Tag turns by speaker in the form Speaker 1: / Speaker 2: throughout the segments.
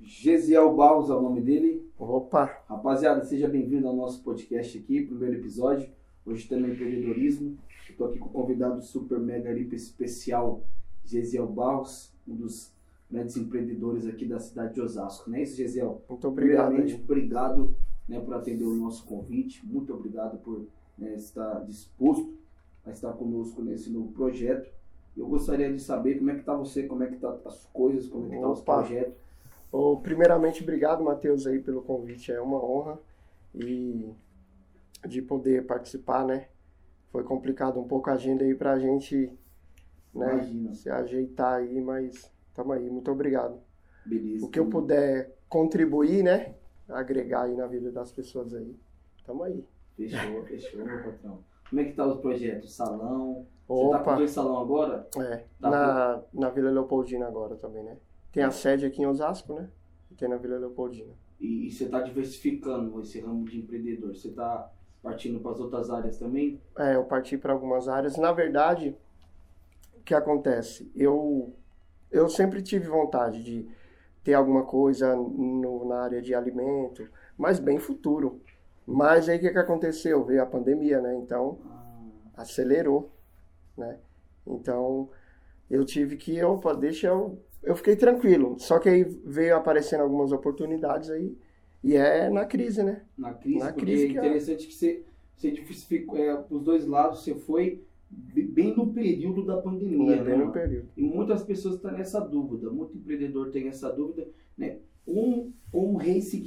Speaker 1: Gesiel Barros é o nome dele.
Speaker 2: Opa!
Speaker 1: Rapaziada, seja bem-vindo ao nosso podcast aqui, primeiro episódio. Hoje também empreendedorismo. Eu tô aqui com o convidado super mega hiper especial, Gesiel Barros, um dos grandes empreendedores aqui da cidade de Osasco. Não é isso, Gesiel?
Speaker 2: Muito obrigado.
Speaker 1: Primeiramente,
Speaker 2: aí.
Speaker 1: obrigado né, por atender o nosso convite. Muito obrigado por né, estar disposto a estar conosco nesse novo projeto. Eu gostaria de saber como é que tá você, como é que tá as coisas, como é que tá os
Speaker 2: Opa.
Speaker 1: projetos.
Speaker 2: Ô, primeiramente, obrigado, Matheus, aí, pelo convite. É uma honra e de poder participar, né? Foi complicado um pouco a agenda aí pra gente né,
Speaker 1: Imagina.
Speaker 2: se ajeitar aí, mas tamo aí. Muito obrigado.
Speaker 1: Beleza.
Speaker 2: O que eu
Speaker 1: Então,
Speaker 2: puder contribuir, né? Agregar aí na vida das pessoas aí. Tamo aí.
Speaker 1: Fechou, fechou, meu patrão. Como é que tá os projetos? Salão? Você tá com
Speaker 2: Opa!
Speaker 1: dois salão agora?
Speaker 2: É,
Speaker 1: Tá
Speaker 2: na, na Vila Leopoldina agora também, né? Tem a sede aqui em Osasco, né? E tem na Vila Leopoldina.
Speaker 1: E, e você tá diversificando esse ramo de empreendedor? Você tá partindo para as outras áreas também?
Speaker 2: É, eu parti para algumas áreas. Na verdade, o que acontece? Eu, eu sempre tive vontade de ter alguma coisa no, na área de alimento, mas bem futuro. Mas aí o que, que aconteceu? Veio a pandemia, né? Então
Speaker 1: Ah,
Speaker 2: acelerou, né? Então eu tive que, opa, deixa eu. Eu fiquei tranquilo. Só que aí veio aparecendo algumas oportunidades aí, e é na crise, né?
Speaker 1: na crise,
Speaker 2: Na
Speaker 1: porque
Speaker 2: crise
Speaker 1: é
Speaker 2: que é.
Speaker 1: interessante que você, você diversificou é, os dois lados, você foi be- bem no período da pandemia,
Speaker 2: É
Speaker 1: né?
Speaker 2: Bem no
Speaker 1: mano?
Speaker 2: período.
Speaker 1: E muitas pessoas estão nessa dúvida, muito empreendedor tem essa dúvida, né? Como, como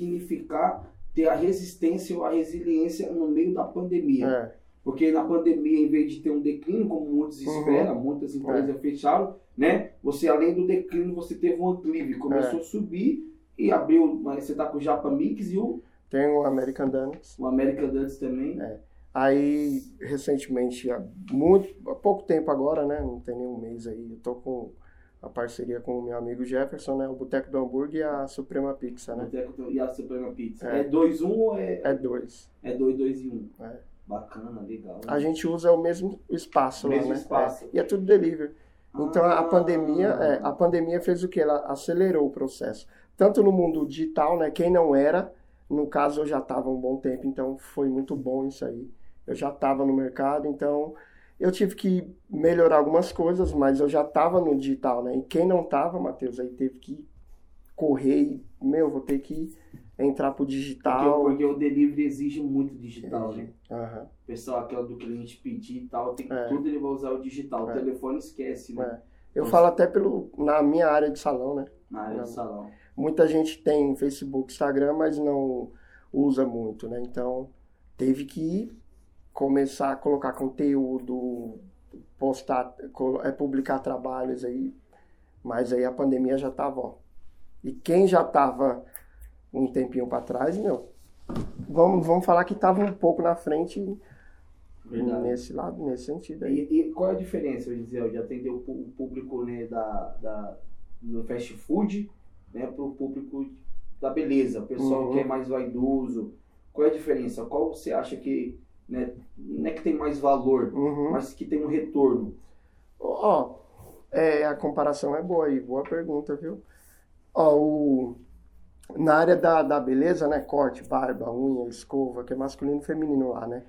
Speaker 1: ressignificar ter a resistência ou a resiliência no meio da pandemia?
Speaker 2: É,
Speaker 1: Porque na pandemia, em vez de ter um declínio, como muitos
Speaker 2: Uhum. É.
Speaker 1: esperam, muitas empresas fecharam, né? Você, além do declínio, você teve um aclive,
Speaker 2: É.
Speaker 1: começou a subir e abriu, mas você tá com o Japa Mix e o,
Speaker 2: tem o American Donuts.
Speaker 1: o American Dance também.
Speaker 2: É. Aí, recentemente, há, muito, há pouco tempo agora, né? Não tem nenhum mês aí. Eu tô com a parceria com o meu amigo Jefferson, né? O Boteco do Hambúrguer e a Suprema Pizza, né?
Speaker 1: Boteco E a Suprema Pizza.
Speaker 2: É.
Speaker 1: É 2-1 ou é
Speaker 2: É dois.
Speaker 1: 2, 2 e 1? Um?
Speaker 2: É.
Speaker 1: Bacana, legal. né?
Speaker 2: A gente usa o mesmo espaço
Speaker 1: O
Speaker 2: lá,
Speaker 1: Uhum. mesmo
Speaker 2: né?
Speaker 1: espaço.
Speaker 2: É. E é tudo delivery. Então a
Speaker 1: Ah.
Speaker 2: pandemia, é, a pandemia fez o que? Ela acelerou o processo. Tanto no mundo digital, né? Quem não era, no caso eu já estava um bom tempo, então foi muito bom isso aí. Eu já estava no mercado, então eu tive que melhorar algumas coisas, mas eu já estava no digital, né? E quem não estava, Matheus, aí teve que correr e, meu, vou ter que entrar pro
Speaker 1: Porque,
Speaker 2: digital. É,
Speaker 1: porque o delivery exige muito digital, né?
Speaker 2: Aham,
Speaker 1: O pessoal, aquela do cliente pedir e tal, tem,
Speaker 2: É.
Speaker 1: tudo ele vai usar o digital. O
Speaker 2: É.
Speaker 1: telefone esquece, né?
Speaker 2: é. Eu falo até pelo, na minha área de salão, né?
Speaker 1: Na área
Speaker 2: Não.
Speaker 1: do salão.
Speaker 2: Muita gente tem Facebook, Instagram, mas não usa muito, né? Então, teve que começar a colocar conteúdo, postar, colo- é, publicar trabalhos aí. Mas aí a pandemia já tava, ó. E quem já tava um tempinho para trás, meu, vamos, vamos falar que tava um pouco na frente
Speaker 1: Verdade.
Speaker 2: nesse lado, nesse sentido aí.
Speaker 1: E, e qual é a diferença, Gisele, de atender o, pú- o público né, da, da, do fast food né, para o público da beleza, o pessoal
Speaker 2: Uhum.
Speaker 1: que é mais vaidoso? Qual é a diferença? Qual você acha que né, não é que tem mais valor,
Speaker 2: Uhum.
Speaker 1: mas que tem um retorno?
Speaker 2: Ó, é, a comparação é boa aí, boa pergunta, viu? Ó, o, na área da, da beleza, né? Corte, barba, unha, escova, que é masculino e feminino lá, né?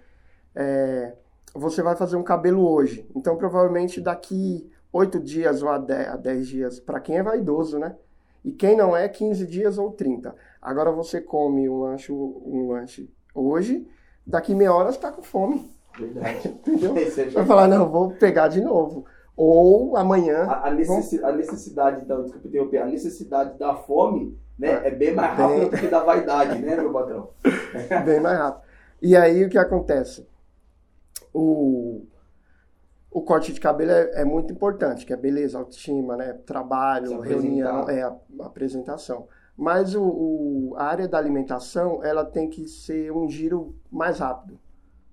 Speaker 2: É, você vai fazer um cabelo hoje, então provavelmente daqui oito dias ou a dez, a dez dias, pra quem é vaidoso, né? E quem não é, 15 dias ou 30. Agora você come um lanche, um lanche hoje, daqui meia hora você tá com fome,
Speaker 1: Verdade.
Speaker 2: entendeu? Vai falar, né? não, vou pegar de novo. Ou amanhã,
Speaker 1: a, a necessi- a necessidade da desculpa interromper, a necessidade da fome
Speaker 2: Ah,
Speaker 1: né, é bem mais
Speaker 2: Bem-
Speaker 1: rápida do que da vaidade, né, meu patrão?
Speaker 2: bem mais rápido. E aí o que acontece? O, o corte de cabelo é, é muito importante, que é beleza, autoestima, né?
Speaker 1: Se
Speaker 2: Trabalho,
Speaker 1: apresentar.
Speaker 2: reunião, é a, a apresentação. Mas o, o- a área da alimentação, ela tem que ser um giro mais rápido.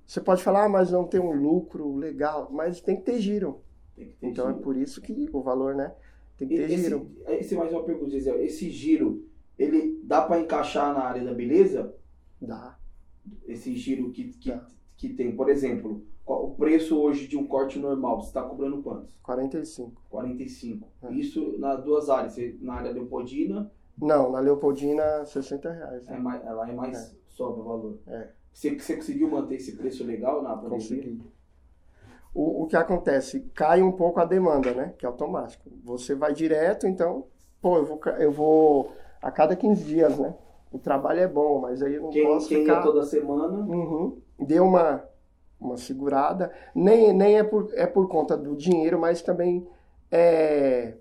Speaker 2: Você pode falar, ah, mas não tem um lucro legal, mas tem que ter giro.
Speaker 1: Tem que ter
Speaker 2: Então
Speaker 1: giro.
Speaker 2: é por isso que o valor, né? Tem que ter
Speaker 1: Esse, é,
Speaker 2: giro.
Speaker 1: esse mais uma pergunta, Gisele. Esse giro, ele dá pra encaixar na área da beleza?
Speaker 2: Dá.
Speaker 1: Esse giro que, que,
Speaker 2: Dá.
Speaker 1: que tem, por exemplo, qual- o preço hoje de um corte normal, você tá cobrando quanto?
Speaker 2: 45.
Speaker 1: 45.
Speaker 2: É.
Speaker 1: Isso nas duas áreas, você- na área leopoldina
Speaker 2: Não, na Leopoldina, 60 reais.
Speaker 1: É
Speaker 2: né?
Speaker 1: mais, ela é mais sobe o valor.
Speaker 2: É.
Speaker 1: Você, você conseguiu manter esse preço legal na pandemia?
Speaker 2: Consegui. O, o que acontece? Cai um pouco a demanda, né? Que é automático. Você vai direto, então, pô, eu vou, ca- eu vou a cada 15 dias, né? O trabalho é bom, mas aí eu não
Speaker 1: Quem, é
Speaker 2: posso
Speaker 1: quem
Speaker 2: ficar.
Speaker 1: ia toda semana,
Speaker 2: Uhum. Deu uma, uma segurada. Nem, nem é, por, é por conta do dinheiro, mas também é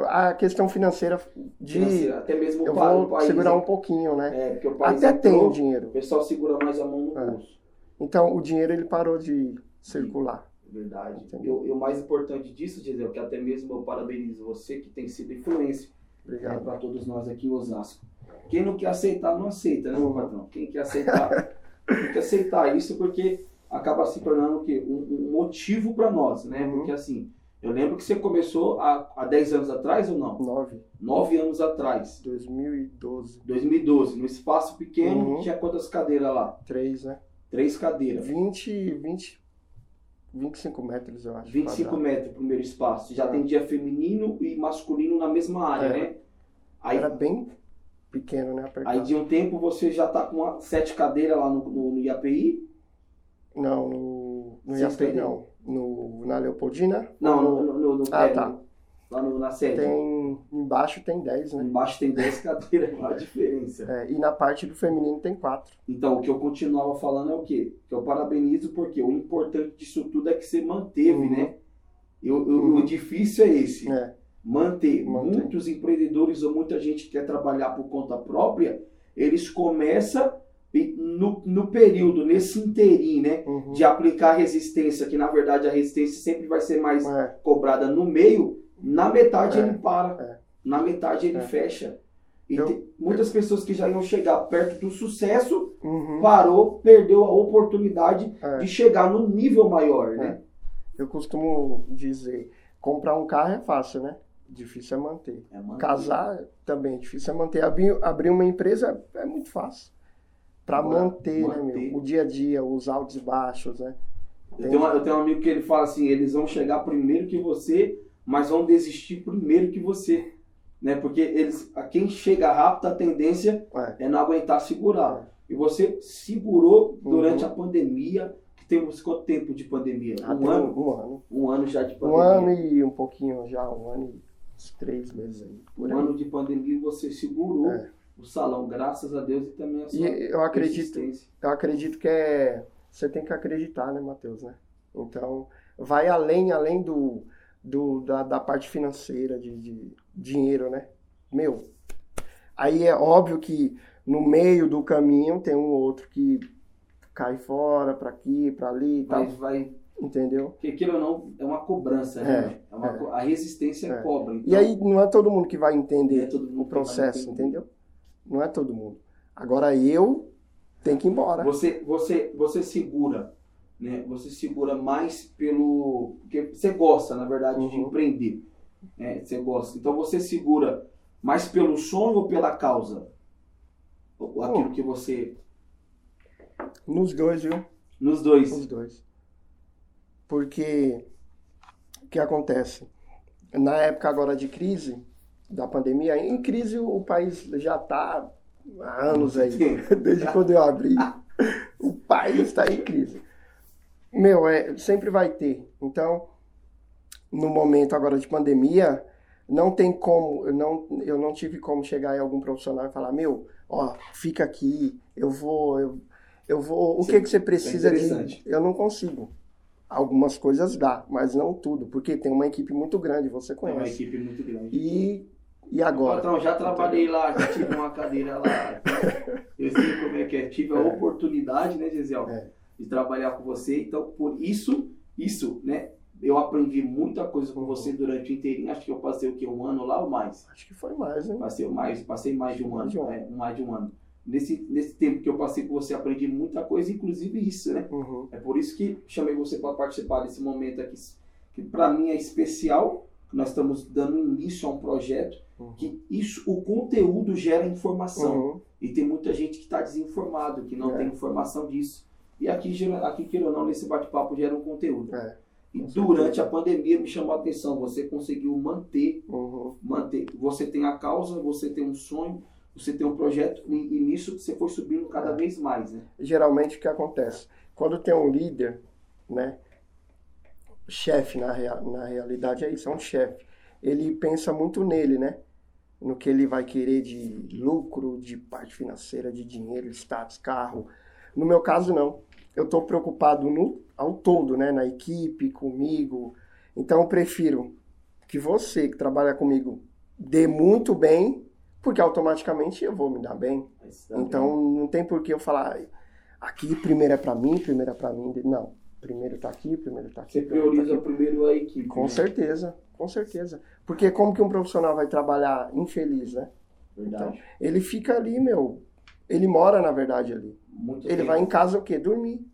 Speaker 2: a questão financeira de
Speaker 1: financeira, né, até mesmo
Speaker 2: eu
Speaker 1: o, pa-
Speaker 2: vou
Speaker 1: o país.
Speaker 2: segurar um pouquinho, né?
Speaker 1: É, porque o país
Speaker 2: Até tem
Speaker 1: entrou,
Speaker 2: o dinheiro.
Speaker 1: o pessoal segura mais a mão no
Speaker 2: É.
Speaker 1: bolso.
Speaker 2: Então o dinheiro ele parou de circular.
Speaker 1: Verdade. E
Speaker 2: Entendeu?
Speaker 1: o e o mais importante disso, Gisele, é que até mesmo eu parabenizo você, que tem sido influência
Speaker 2: Obrigado.
Speaker 1: para todos nós aqui em Osasco. Quem não quer aceitar, não aceita, né, meu patrão? Quem quer aceitar, tem que aceitar isso, porque acaba se tornando o quê? Um, um motivo para nós, né?
Speaker 2: Uhum.
Speaker 1: Porque assim, eu lembro que você começou há, há 10 anos atrás ou não?
Speaker 2: 9,
Speaker 1: 9 anos atrás,
Speaker 2: 2012,
Speaker 1: 2012, no espaço pequeno,
Speaker 2: Uhum.
Speaker 1: tinha quantas cadeiras lá?
Speaker 2: 3, né?
Speaker 1: Três cadeiras.
Speaker 2: 20, 20, 25 metros, eu acho.
Speaker 1: 25
Speaker 2: quadrado.
Speaker 1: metros o primeiro espaço. Já
Speaker 2: É.
Speaker 1: atendia feminino e masculino na mesma área,
Speaker 2: É.
Speaker 1: né? Aí,
Speaker 2: Era bem pequeno, né? Apertado.
Speaker 1: aí de um tempo você já tá com uma- sete cadeiras lá no, no, no IAPI.
Speaker 2: Não, no, no
Speaker 1: Sim,
Speaker 2: Iapê,
Speaker 1: tem.
Speaker 2: não. No, na Leopoldina?
Speaker 1: Não, no, no, no, no
Speaker 2: Ah,
Speaker 1: prédio,
Speaker 2: tá.
Speaker 1: lá no, na sede.
Speaker 2: Tem, embaixo tem 10, né?
Speaker 1: Embaixo tem 10 cadeiras, olha a diferença.
Speaker 2: É, e na parte do feminino tem 4.
Speaker 1: Então, o que eu continuava falando é o quê? Que eu parabenizo porque o importante disso tudo é que você manteve,
Speaker 2: Uhum.
Speaker 1: né? Eu, eu-
Speaker 2: Uhum.
Speaker 1: O difícil é esse.
Speaker 2: É,
Speaker 1: manter.
Speaker 2: Manter.
Speaker 1: Muitos empreendedores ou muita gente que quer trabalhar por conta própria, eles começam e no, no período, nesse inteirinho, né?
Speaker 2: uhum.
Speaker 1: De aplicar a resistência, que na verdade a resistência sempre vai ser mais
Speaker 2: É,
Speaker 1: cobrada no meio, na metade
Speaker 2: É,
Speaker 1: ele para,
Speaker 2: é.
Speaker 1: na metade ele
Speaker 2: É.
Speaker 1: fecha. E
Speaker 2: Eu-
Speaker 1: tem muitas pessoas que já iam chegar perto do sucesso,
Speaker 2: uhum.
Speaker 1: parou, perdeu a oportunidade
Speaker 2: É.
Speaker 1: de chegar no nível maior, né?
Speaker 2: Eu costumo dizer, comprar um carro é fácil, né? Difícil é manter.
Speaker 1: É, mano.
Speaker 2: Casar também é difícil é manter. Abrir, abrir uma empresa é é muito fácil. Para
Speaker 1: Agora,
Speaker 2: manter, né,
Speaker 1: manter.
Speaker 2: meu? O dia a dia, os altos e baixos, né?
Speaker 1: Eu tenho, uma- eu tenho um amigo que ele fala assim, eles vão chegar primeiro que você, mas vão desistir primeiro que você. Né? Porque eles, a quem chega rápido, a tendência
Speaker 2: É.
Speaker 1: é não aguentar segurar. E você segurou durante
Speaker 2: Uhum.
Speaker 1: a pandemia, que temos quanto tempo de pandemia?
Speaker 2: Ah, tem
Speaker 1: um ano?
Speaker 2: Um ano.
Speaker 1: Um ano já de
Speaker 2: Um
Speaker 1: pandemia.
Speaker 2: ano e um pouquinho já, um ano e uns três meses aí. por
Speaker 1: Um
Speaker 2: aí.
Speaker 1: ano de pandemia você segurou
Speaker 2: É.
Speaker 1: o salão, graças a Deus, e também a sua
Speaker 2: E eu acredito,
Speaker 1: persistência.
Speaker 2: eu acredito que é. Você tem que acreditar, né, Matheus, né? Então, vai além, além do, do da, da parte financeira de, de dinheiro, né? Meu. Aí é óbvio que no meio do caminho tem um ou outro que cai fora, pra aqui, pra ali e tal.
Speaker 1: Mas vai,
Speaker 2: Entendeu?
Speaker 1: porque aquilo ou não, é uma cobrança, né? É uma
Speaker 2: é.
Speaker 1: co- A resistência
Speaker 2: É.
Speaker 1: cobra.
Speaker 2: E
Speaker 1: Então,
Speaker 2: aí não é todo mundo que vai
Speaker 1: não é
Speaker 2: entender
Speaker 1: todo mundo
Speaker 2: o
Speaker 1: que vai
Speaker 2: processo,
Speaker 1: entender.
Speaker 2: entendeu? Não é todo mundo. Agora eu tenho que ir embora.
Speaker 1: Você, você, você segura, né? Você segura mais pelo porque você gosta, na verdade, de
Speaker 2: Uhum.
Speaker 1: empreender. né? Você gosta. Então você segura mais pelo sonho ou pela causa? Ou Aquilo que você
Speaker 2: Nos dois, viu?
Speaker 1: nos dois.
Speaker 2: Os dois. Porque o que acontece? Na época agora de crise, da pandemia, em crise o país já está há anos
Speaker 1: É
Speaker 2: aí, desde quando eu abri. O país está em crise. Meu, é, sempre vai ter. Então, no momento agora de pandemia, não tem como, eu não, eu não tive como chegar em algum profissional e falar, meu, ó, fica aqui, eu vou, eu, eu vou. O
Speaker 1: Sim,
Speaker 2: que, que você precisa de.
Speaker 1: interessante.
Speaker 2: Eu não consigo. Algumas coisas dá, mas não tudo, porque tem uma equipe muito grande, você
Speaker 1: É uma
Speaker 2: conhece.
Speaker 1: equipe muito grande.
Speaker 2: E, e agora?
Speaker 1: Patrão, já trabalhei lá, já tive uma cadeira lá. Eu sei como é que é. Tive a
Speaker 2: É.
Speaker 1: oportunidade, né, Gisel,
Speaker 2: É.
Speaker 1: de trabalhar com você. Então, por isso, isso, né? Eu aprendi muita coisa com você durante o inteirinho. Acho que eu passei o quê? Um ano lá ou mais?
Speaker 2: Acho que foi mais, hein?
Speaker 1: Passei mais, passei mais de um
Speaker 2: Mais de um
Speaker 1: ano. É, mais de um ano. Nesse, nesse tempo que eu passei com você, aprendi muita coisa, inclusive isso, né?
Speaker 2: Uhum.
Speaker 1: É por isso que chamei você para participar desse momento aqui, que para mim é especial. que Nós estamos dando início a um projeto
Speaker 2: Uhum.
Speaker 1: que isso, o conteúdo gera informação.
Speaker 2: Uhum.
Speaker 1: E tem muita gente que está desinformado, que não
Speaker 2: É.
Speaker 1: tem informação disso. E aqui, gera- aqui queira ou não, nesse bate-papo gera um conteúdo.
Speaker 2: É.
Speaker 1: E durante a pandemia me chamou a atenção, você conseguiu manter,
Speaker 2: Uhum.
Speaker 1: manter. Você tem a causa, você tem um sonho, você tem um projeto e, e nisso você foi subindo cada vez mais, né?
Speaker 2: Geralmente o que acontece? Quando tem um líder, né? Chefe, na, rea- na realidade é isso, é um chefe. Ele pensa muito nele, né? No que ele vai querer de lucro, de parte financeira, de dinheiro, status, carro. No meu caso, não. Eu estou preocupado no, ao todo, né? Na equipe, comigo. Então eu prefiro que você que trabalha comigo dê muito bem, porque automaticamente eu vou me dar bem.
Speaker 1: Aí você tá
Speaker 2: Então não tem por que eu falar "Ai, aqui primeiro é pra mim, primeiro é pra mim. Não, primeiro tá aqui, primeiro tá
Speaker 1: vendo?
Speaker 2: aqui.
Speaker 1: Você
Speaker 2: primeiro tá
Speaker 1: prioriza primeiro a equipe.
Speaker 2: aqui. Com
Speaker 1: né?
Speaker 2: certeza, com certeza. Porque como que um profissional vai trabalhar infeliz, né?
Speaker 1: Verdade.
Speaker 2: Ele fica ali, meu. Ele mora, na verdade, ali.
Speaker 1: Muito
Speaker 2: Ele
Speaker 1: tempo. É
Speaker 2: vai em casa o quê? Dormir.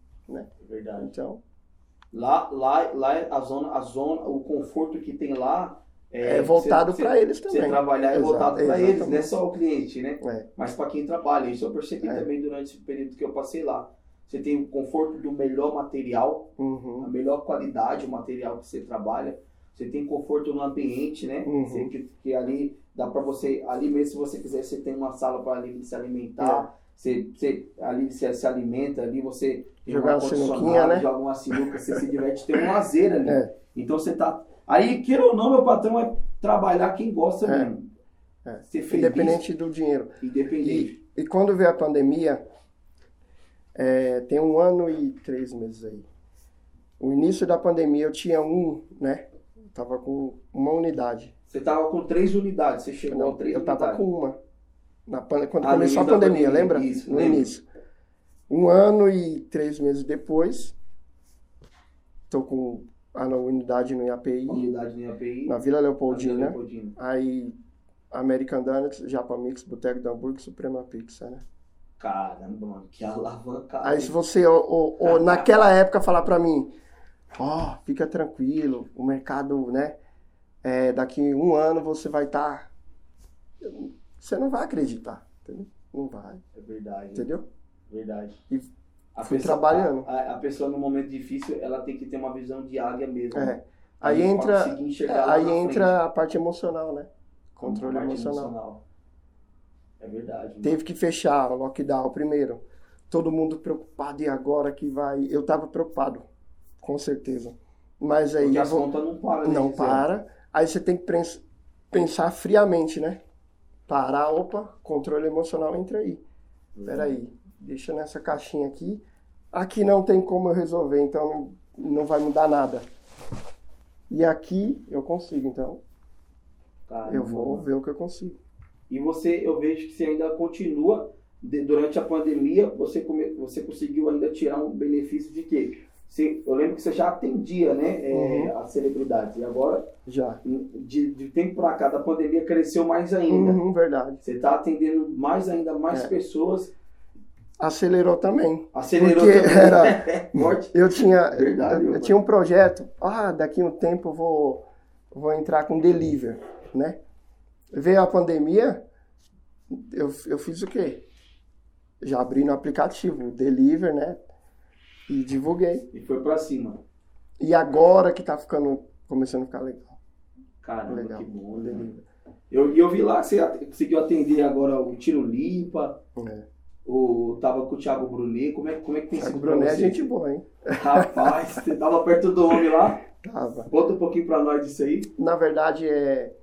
Speaker 1: Verdade.
Speaker 2: Então,
Speaker 1: Lá, lá, lá é a zona, a zona, o conforto que tem lá
Speaker 2: é voltado
Speaker 1: você-
Speaker 2: pra eles
Speaker 1: você, você
Speaker 2: também.
Speaker 1: trabalhar é
Speaker 2: Exato,
Speaker 1: voltado para eles, não é
Speaker 2: exatamente.
Speaker 1: só o cliente, né?
Speaker 2: É.
Speaker 1: Mas para quem trabalha, isso eu percebi
Speaker 2: É.
Speaker 1: também durante o período que eu passei lá. Você tem o conforto do melhor material,
Speaker 2: Uhum.
Speaker 1: a melhor qualidade, o material que você trabalha. Você tem conforto no ambiente, né?
Speaker 2: Uhum.
Speaker 1: Você, que, que ali dá para você, ali mesmo se você quiser, você tem uma sala para ali se alimentar.
Speaker 2: É.
Speaker 1: Você, você ali se, se alimenta, ali você tem um
Speaker 2: Jogar uma
Speaker 1: ar-condicionado,
Speaker 2: sinuquinha, né?
Speaker 1: joga uma sinuca, você se diverte, tem um lazer ali.
Speaker 2: É.
Speaker 1: Então você tá. Aí, queira ou não, meu patrão é trabalhar quem gosta
Speaker 2: É.
Speaker 1: mesmo.
Speaker 2: É.
Speaker 1: Ser feliz.
Speaker 2: Independente do dinheiro.
Speaker 1: Independente.
Speaker 2: E quando veio a pandemia, é, tem um ano e três meses aí. O início da pandemia eu tinha um, né? Eu tava com uma unidade.
Speaker 1: Você tava com três unidades, você chegou a
Speaker 2: Não,
Speaker 1: três
Speaker 2: eu tava
Speaker 1: unidades.
Speaker 2: com uma. Na pan- Quando
Speaker 1: Ah, no
Speaker 2: começou a
Speaker 1: início da
Speaker 2: pandemia,
Speaker 1: pandemia,
Speaker 2: lembra?
Speaker 1: isso,
Speaker 2: no
Speaker 1: lembro.
Speaker 2: início. Um ano e três meses depois, tô com a na- unidade no IAPI,
Speaker 1: Uma unidade no API.
Speaker 2: na né? Vila
Speaker 1: na
Speaker 2: Leopoldina.
Speaker 1: Leopoldina.
Speaker 2: Aí, American Donuts, Japa Mix, Boteco do Hamburgo, Suprema Pizza, né?
Speaker 1: Caramba, mano, que alavancada.
Speaker 2: Aí se você ó, ó,
Speaker 1: Tá
Speaker 2: ó, naquela época falar pra mim, ó, fica tranquilo, o mercado, né? é, daqui um ano você vai estar. Você não vai acreditar, entendeu? Não vai,
Speaker 1: É verdade,
Speaker 2: entendeu?
Speaker 1: verdade.
Speaker 2: E
Speaker 1: a
Speaker 2: fui trabalhando.
Speaker 1: A, a pessoa no momento difícil, ela tem que ter uma visão de águia mesmo.
Speaker 2: É.
Speaker 1: né?
Speaker 2: Aí
Speaker 1: Pra
Speaker 2: entra,
Speaker 1: conseguir
Speaker 2: é,
Speaker 1: enxergar lá
Speaker 2: aí
Speaker 1: na
Speaker 2: entra a parte emocional, né?
Speaker 1: frente,
Speaker 2: Controle
Speaker 1: a parte
Speaker 2: emocional.
Speaker 1: É verdade. mano.
Speaker 2: Teve que fechar o lockdown primeiro. Todo mundo preocupado, e agora que vai? Eu tava preocupado, com certeza. Mas aí
Speaker 1: Porque
Speaker 2: eu
Speaker 1: as
Speaker 2: vou.
Speaker 1: contas não param. né,
Speaker 2: Não
Speaker 1: Gisele?
Speaker 2: para. Aí você tem que prens- pensar friamente, né? Parar, opa, controle emocional entra aí. Uhum.
Speaker 1: Uhum.
Speaker 2: Peraí, deixa nessa caixinha aqui. Aqui não tem como eu resolver, então não, não vai mudar nada. E aqui eu consigo, então
Speaker 1: Caramba,
Speaker 2: eu vou
Speaker 1: mano.
Speaker 2: ver o que eu consigo.
Speaker 1: E você, eu vejo que você ainda continua, de- durante a pandemia, você, come- você conseguiu ainda tirar um benefício de quê? Você- eu lembro que você já atendia, né,
Speaker 2: Uhum.
Speaker 1: é, as celebridades. E agora,
Speaker 2: Já.
Speaker 1: de, de tempo pra cá, da pandemia, cresceu mais ainda.
Speaker 2: Uhum, verdade.
Speaker 1: Você está atendendo mais ainda, mais
Speaker 2: É.
Speaker 1: pessoas.
Speaker 2: Acelerou também.
Speaker 1: Acelerou
Speaker 2: Porque
Speaker 1: também.
Speaker 2: era-
Speaker 1: Morte.
Speaker 2: Eu tinha,
Speaker 1: Verdade,
Speaker 2: eu, eu
Speaker 1: mano.
Speaker 2: tinha um projeto. Ah, daqui um tempo eu vou, vou entrar com deliver, né? Veio a pandemia, eu, eu fiz o quê? Já abri no aplicativo, o deliver, né? E divulguei.
Speaker 1: E foi pra cima.
Speaker 2: E agora que tá ficando, começando a ficar legal,
Speaker 1: Caramba,
Speaker 2: Legal.
Speaker 1: que bom.
Speaker 2: o
Speaker 1: né, mano?
Speaker 2: deliver.
Speaker 1: Eu, e eu vi lá que você at- conseguiu atender agora o Tiro Limpa,
Speaker 2: É.
Speaker 1: o, tava com o Thiago Brunet. Como é, como é que tem
Speaker 2: Thiago
Speaker 1: sido pra
Speaker 2: Brunet é
Speaker 1: você?
Speaker 2: gente boa, hein?
Speaker 1: Rapaz, você tava perto do homem lá.
Speaker 2: Tava.
Speaker 1: Conta um pouquinho pra nós disso aí.
Speaker 2: na verdade é,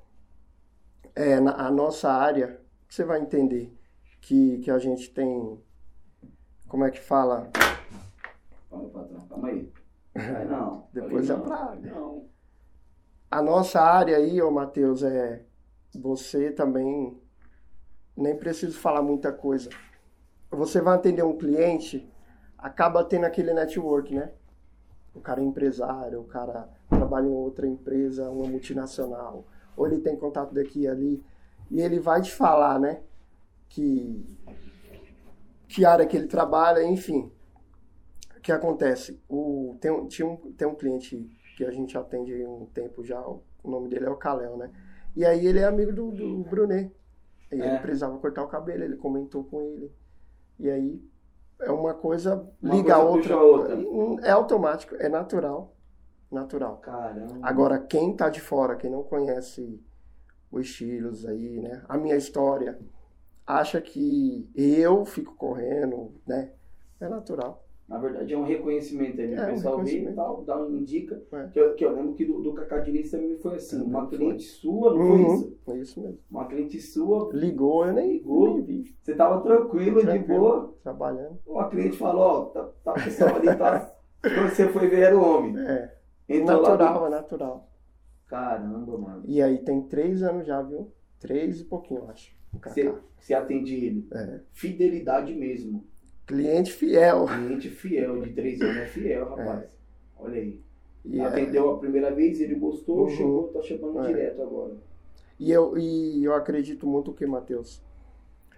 Speaker 2: é na- a nossa área você vai entender que, que a gente tem como é que fala
Speaker 1: Calma, patrão, calma aí. Aí não.
Speaker 2: Depois
Speaker 1: aí
Speaker 2: é pra-
Speaker 1: Não.
Speaker 2: a nossa área aí ô Matheus é você também nem preciso falar muita coisa você vai atender um cliente acaba tendo aquele network né o cara é empresário o cara trabalha em outra empresa uma multinacional ou ele tem contato daqui e ali e ele vai te falar, né? Que, que área que ele trabalha, enfim. O que acontece? O, tem, um- tinha um, tem um cliente que a gente atende há um tempo já, o nome dele é o Kalel, né? E aí ele é amigo do, do Brunet. E
Speaker 1: É.
Speaker 2: ele precisava cortar o cabelo, ele comentou com ele. E aí é uma coisa,
Speaker 1: Uma
Speaker 2: liga
Speaker 1: coisa puxa
Speaker 2: a Hum,
Speaker 1: a outra.
Speaker 2: outra. É automático, é natural. natural.
Speaker 1: Caramba.
Speaker 2: Agora, quem tá de fora, quem não conhece os estilos aí, né? A minha história, acha que eu fico correndo, né? É natural.
Speaker 1: Na verdade, é um reconhecimento ali.
Speaker 2: É,
Speaker 1: o
Speaker 2: um
Speaker 1: pessoal vê e
Speaker 2: reconhecimento.
Speaker 1: tal, dá uma dica.
Speaker 2: É.
Speaker 1: Que, eu, que eu lembro que do, do Cacá Diniz também foi assim.
Speaker 2: Também
Speaker 1: uma
Speaker 2: foi.
Speaker 1: cliente sua, não foi
Speaker 2: Uhum.
Speaker 1: isso?
Speaker 2: É isso mesmo.
Speaker 1: Uma cliente sua,
Speaker 2: Ligou, eu nem,
Speaker 1: Ligou.
Speaker 2: nem vi.
Speaker 1: você tava tranquilo, de
Speaker 2: Tranquilo.
Speaker 1: boa.
Speaker 2: Trabalhando.
Speaker 1: Uma cliente falou, ó, tá, tá o pessoal ali, tá. Quando você foi ver, era o homem.
Speaker 2: É.
Speaker 1: Entrou lá. dentro.
Speaker 2: natural, é natural.
Speaker 1: Caramba, mano.
Speaker 2: E aí tem três anos já, viu? Três e pouquinho, eu acho. O Kaká.
Speaker 1: Você, você atende ele.
Speaker 2: É.
Speaker 1: Fidelidade mesmo.
Speaker 2: Cliente fiel.
Speaker 1: Cliente fiel, de três anos é fiel, rapaz. Olha aí.
Speaker 2: E, é-
Speaker 1: Atendeu a primeira vez, ele gostou,
Speaker 2: Uhum.
Speaker 1: chegou, tá chamando
Speaker 2: É.
Speaker 1: direto agora.
Speaker 2: E eu, e eu acredito muito que, Matheus,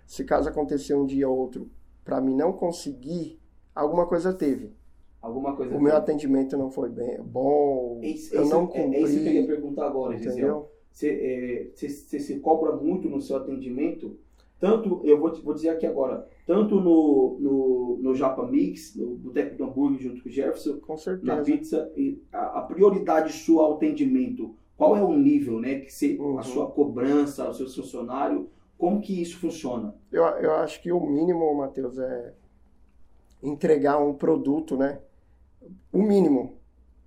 Speaker 2: se caso acontecer um dia ou outro, pra mim não conseguir, alguma coisa teve.
Speaker 1: Alguma coisa.
Speaker 2: O meu
Speaker 1: assim.
Speaker 2: atendimento não foi bem, bom,
Speaker 1: É isso- é
Speaker 2: eu
Speaker 1: isso-
Speaker 2: não
Speaker 1: é, é isso que eu ia
Speaker 2: cumpri,
Speaker 1: perguntar agora, Gisele.
Speaker 2: entendeu?
Speaker 1: Você, é, você- você se cobra muito no seu atendimento? Tanto, eu vou, te- vou dizer aqui agora, tanto no, no, no Japa Mix, no Boteco do Hambúrguer junto com o Jefferson,
Speaker 2: Com
Speaker 1: na
Speaker 2: certeza.
Speaker 1: pizza, e a, a prioridade sua ao atendimento, qual é o nível, né? Que você,
Speaker 2: Uhum.
Speaker 1: A sua cobrança, o seu funcionário, como que isso funciona?
Speaker 2: Eu, eu acho que o mínimo, Matheus, é entregar um produto, né? O mínimo,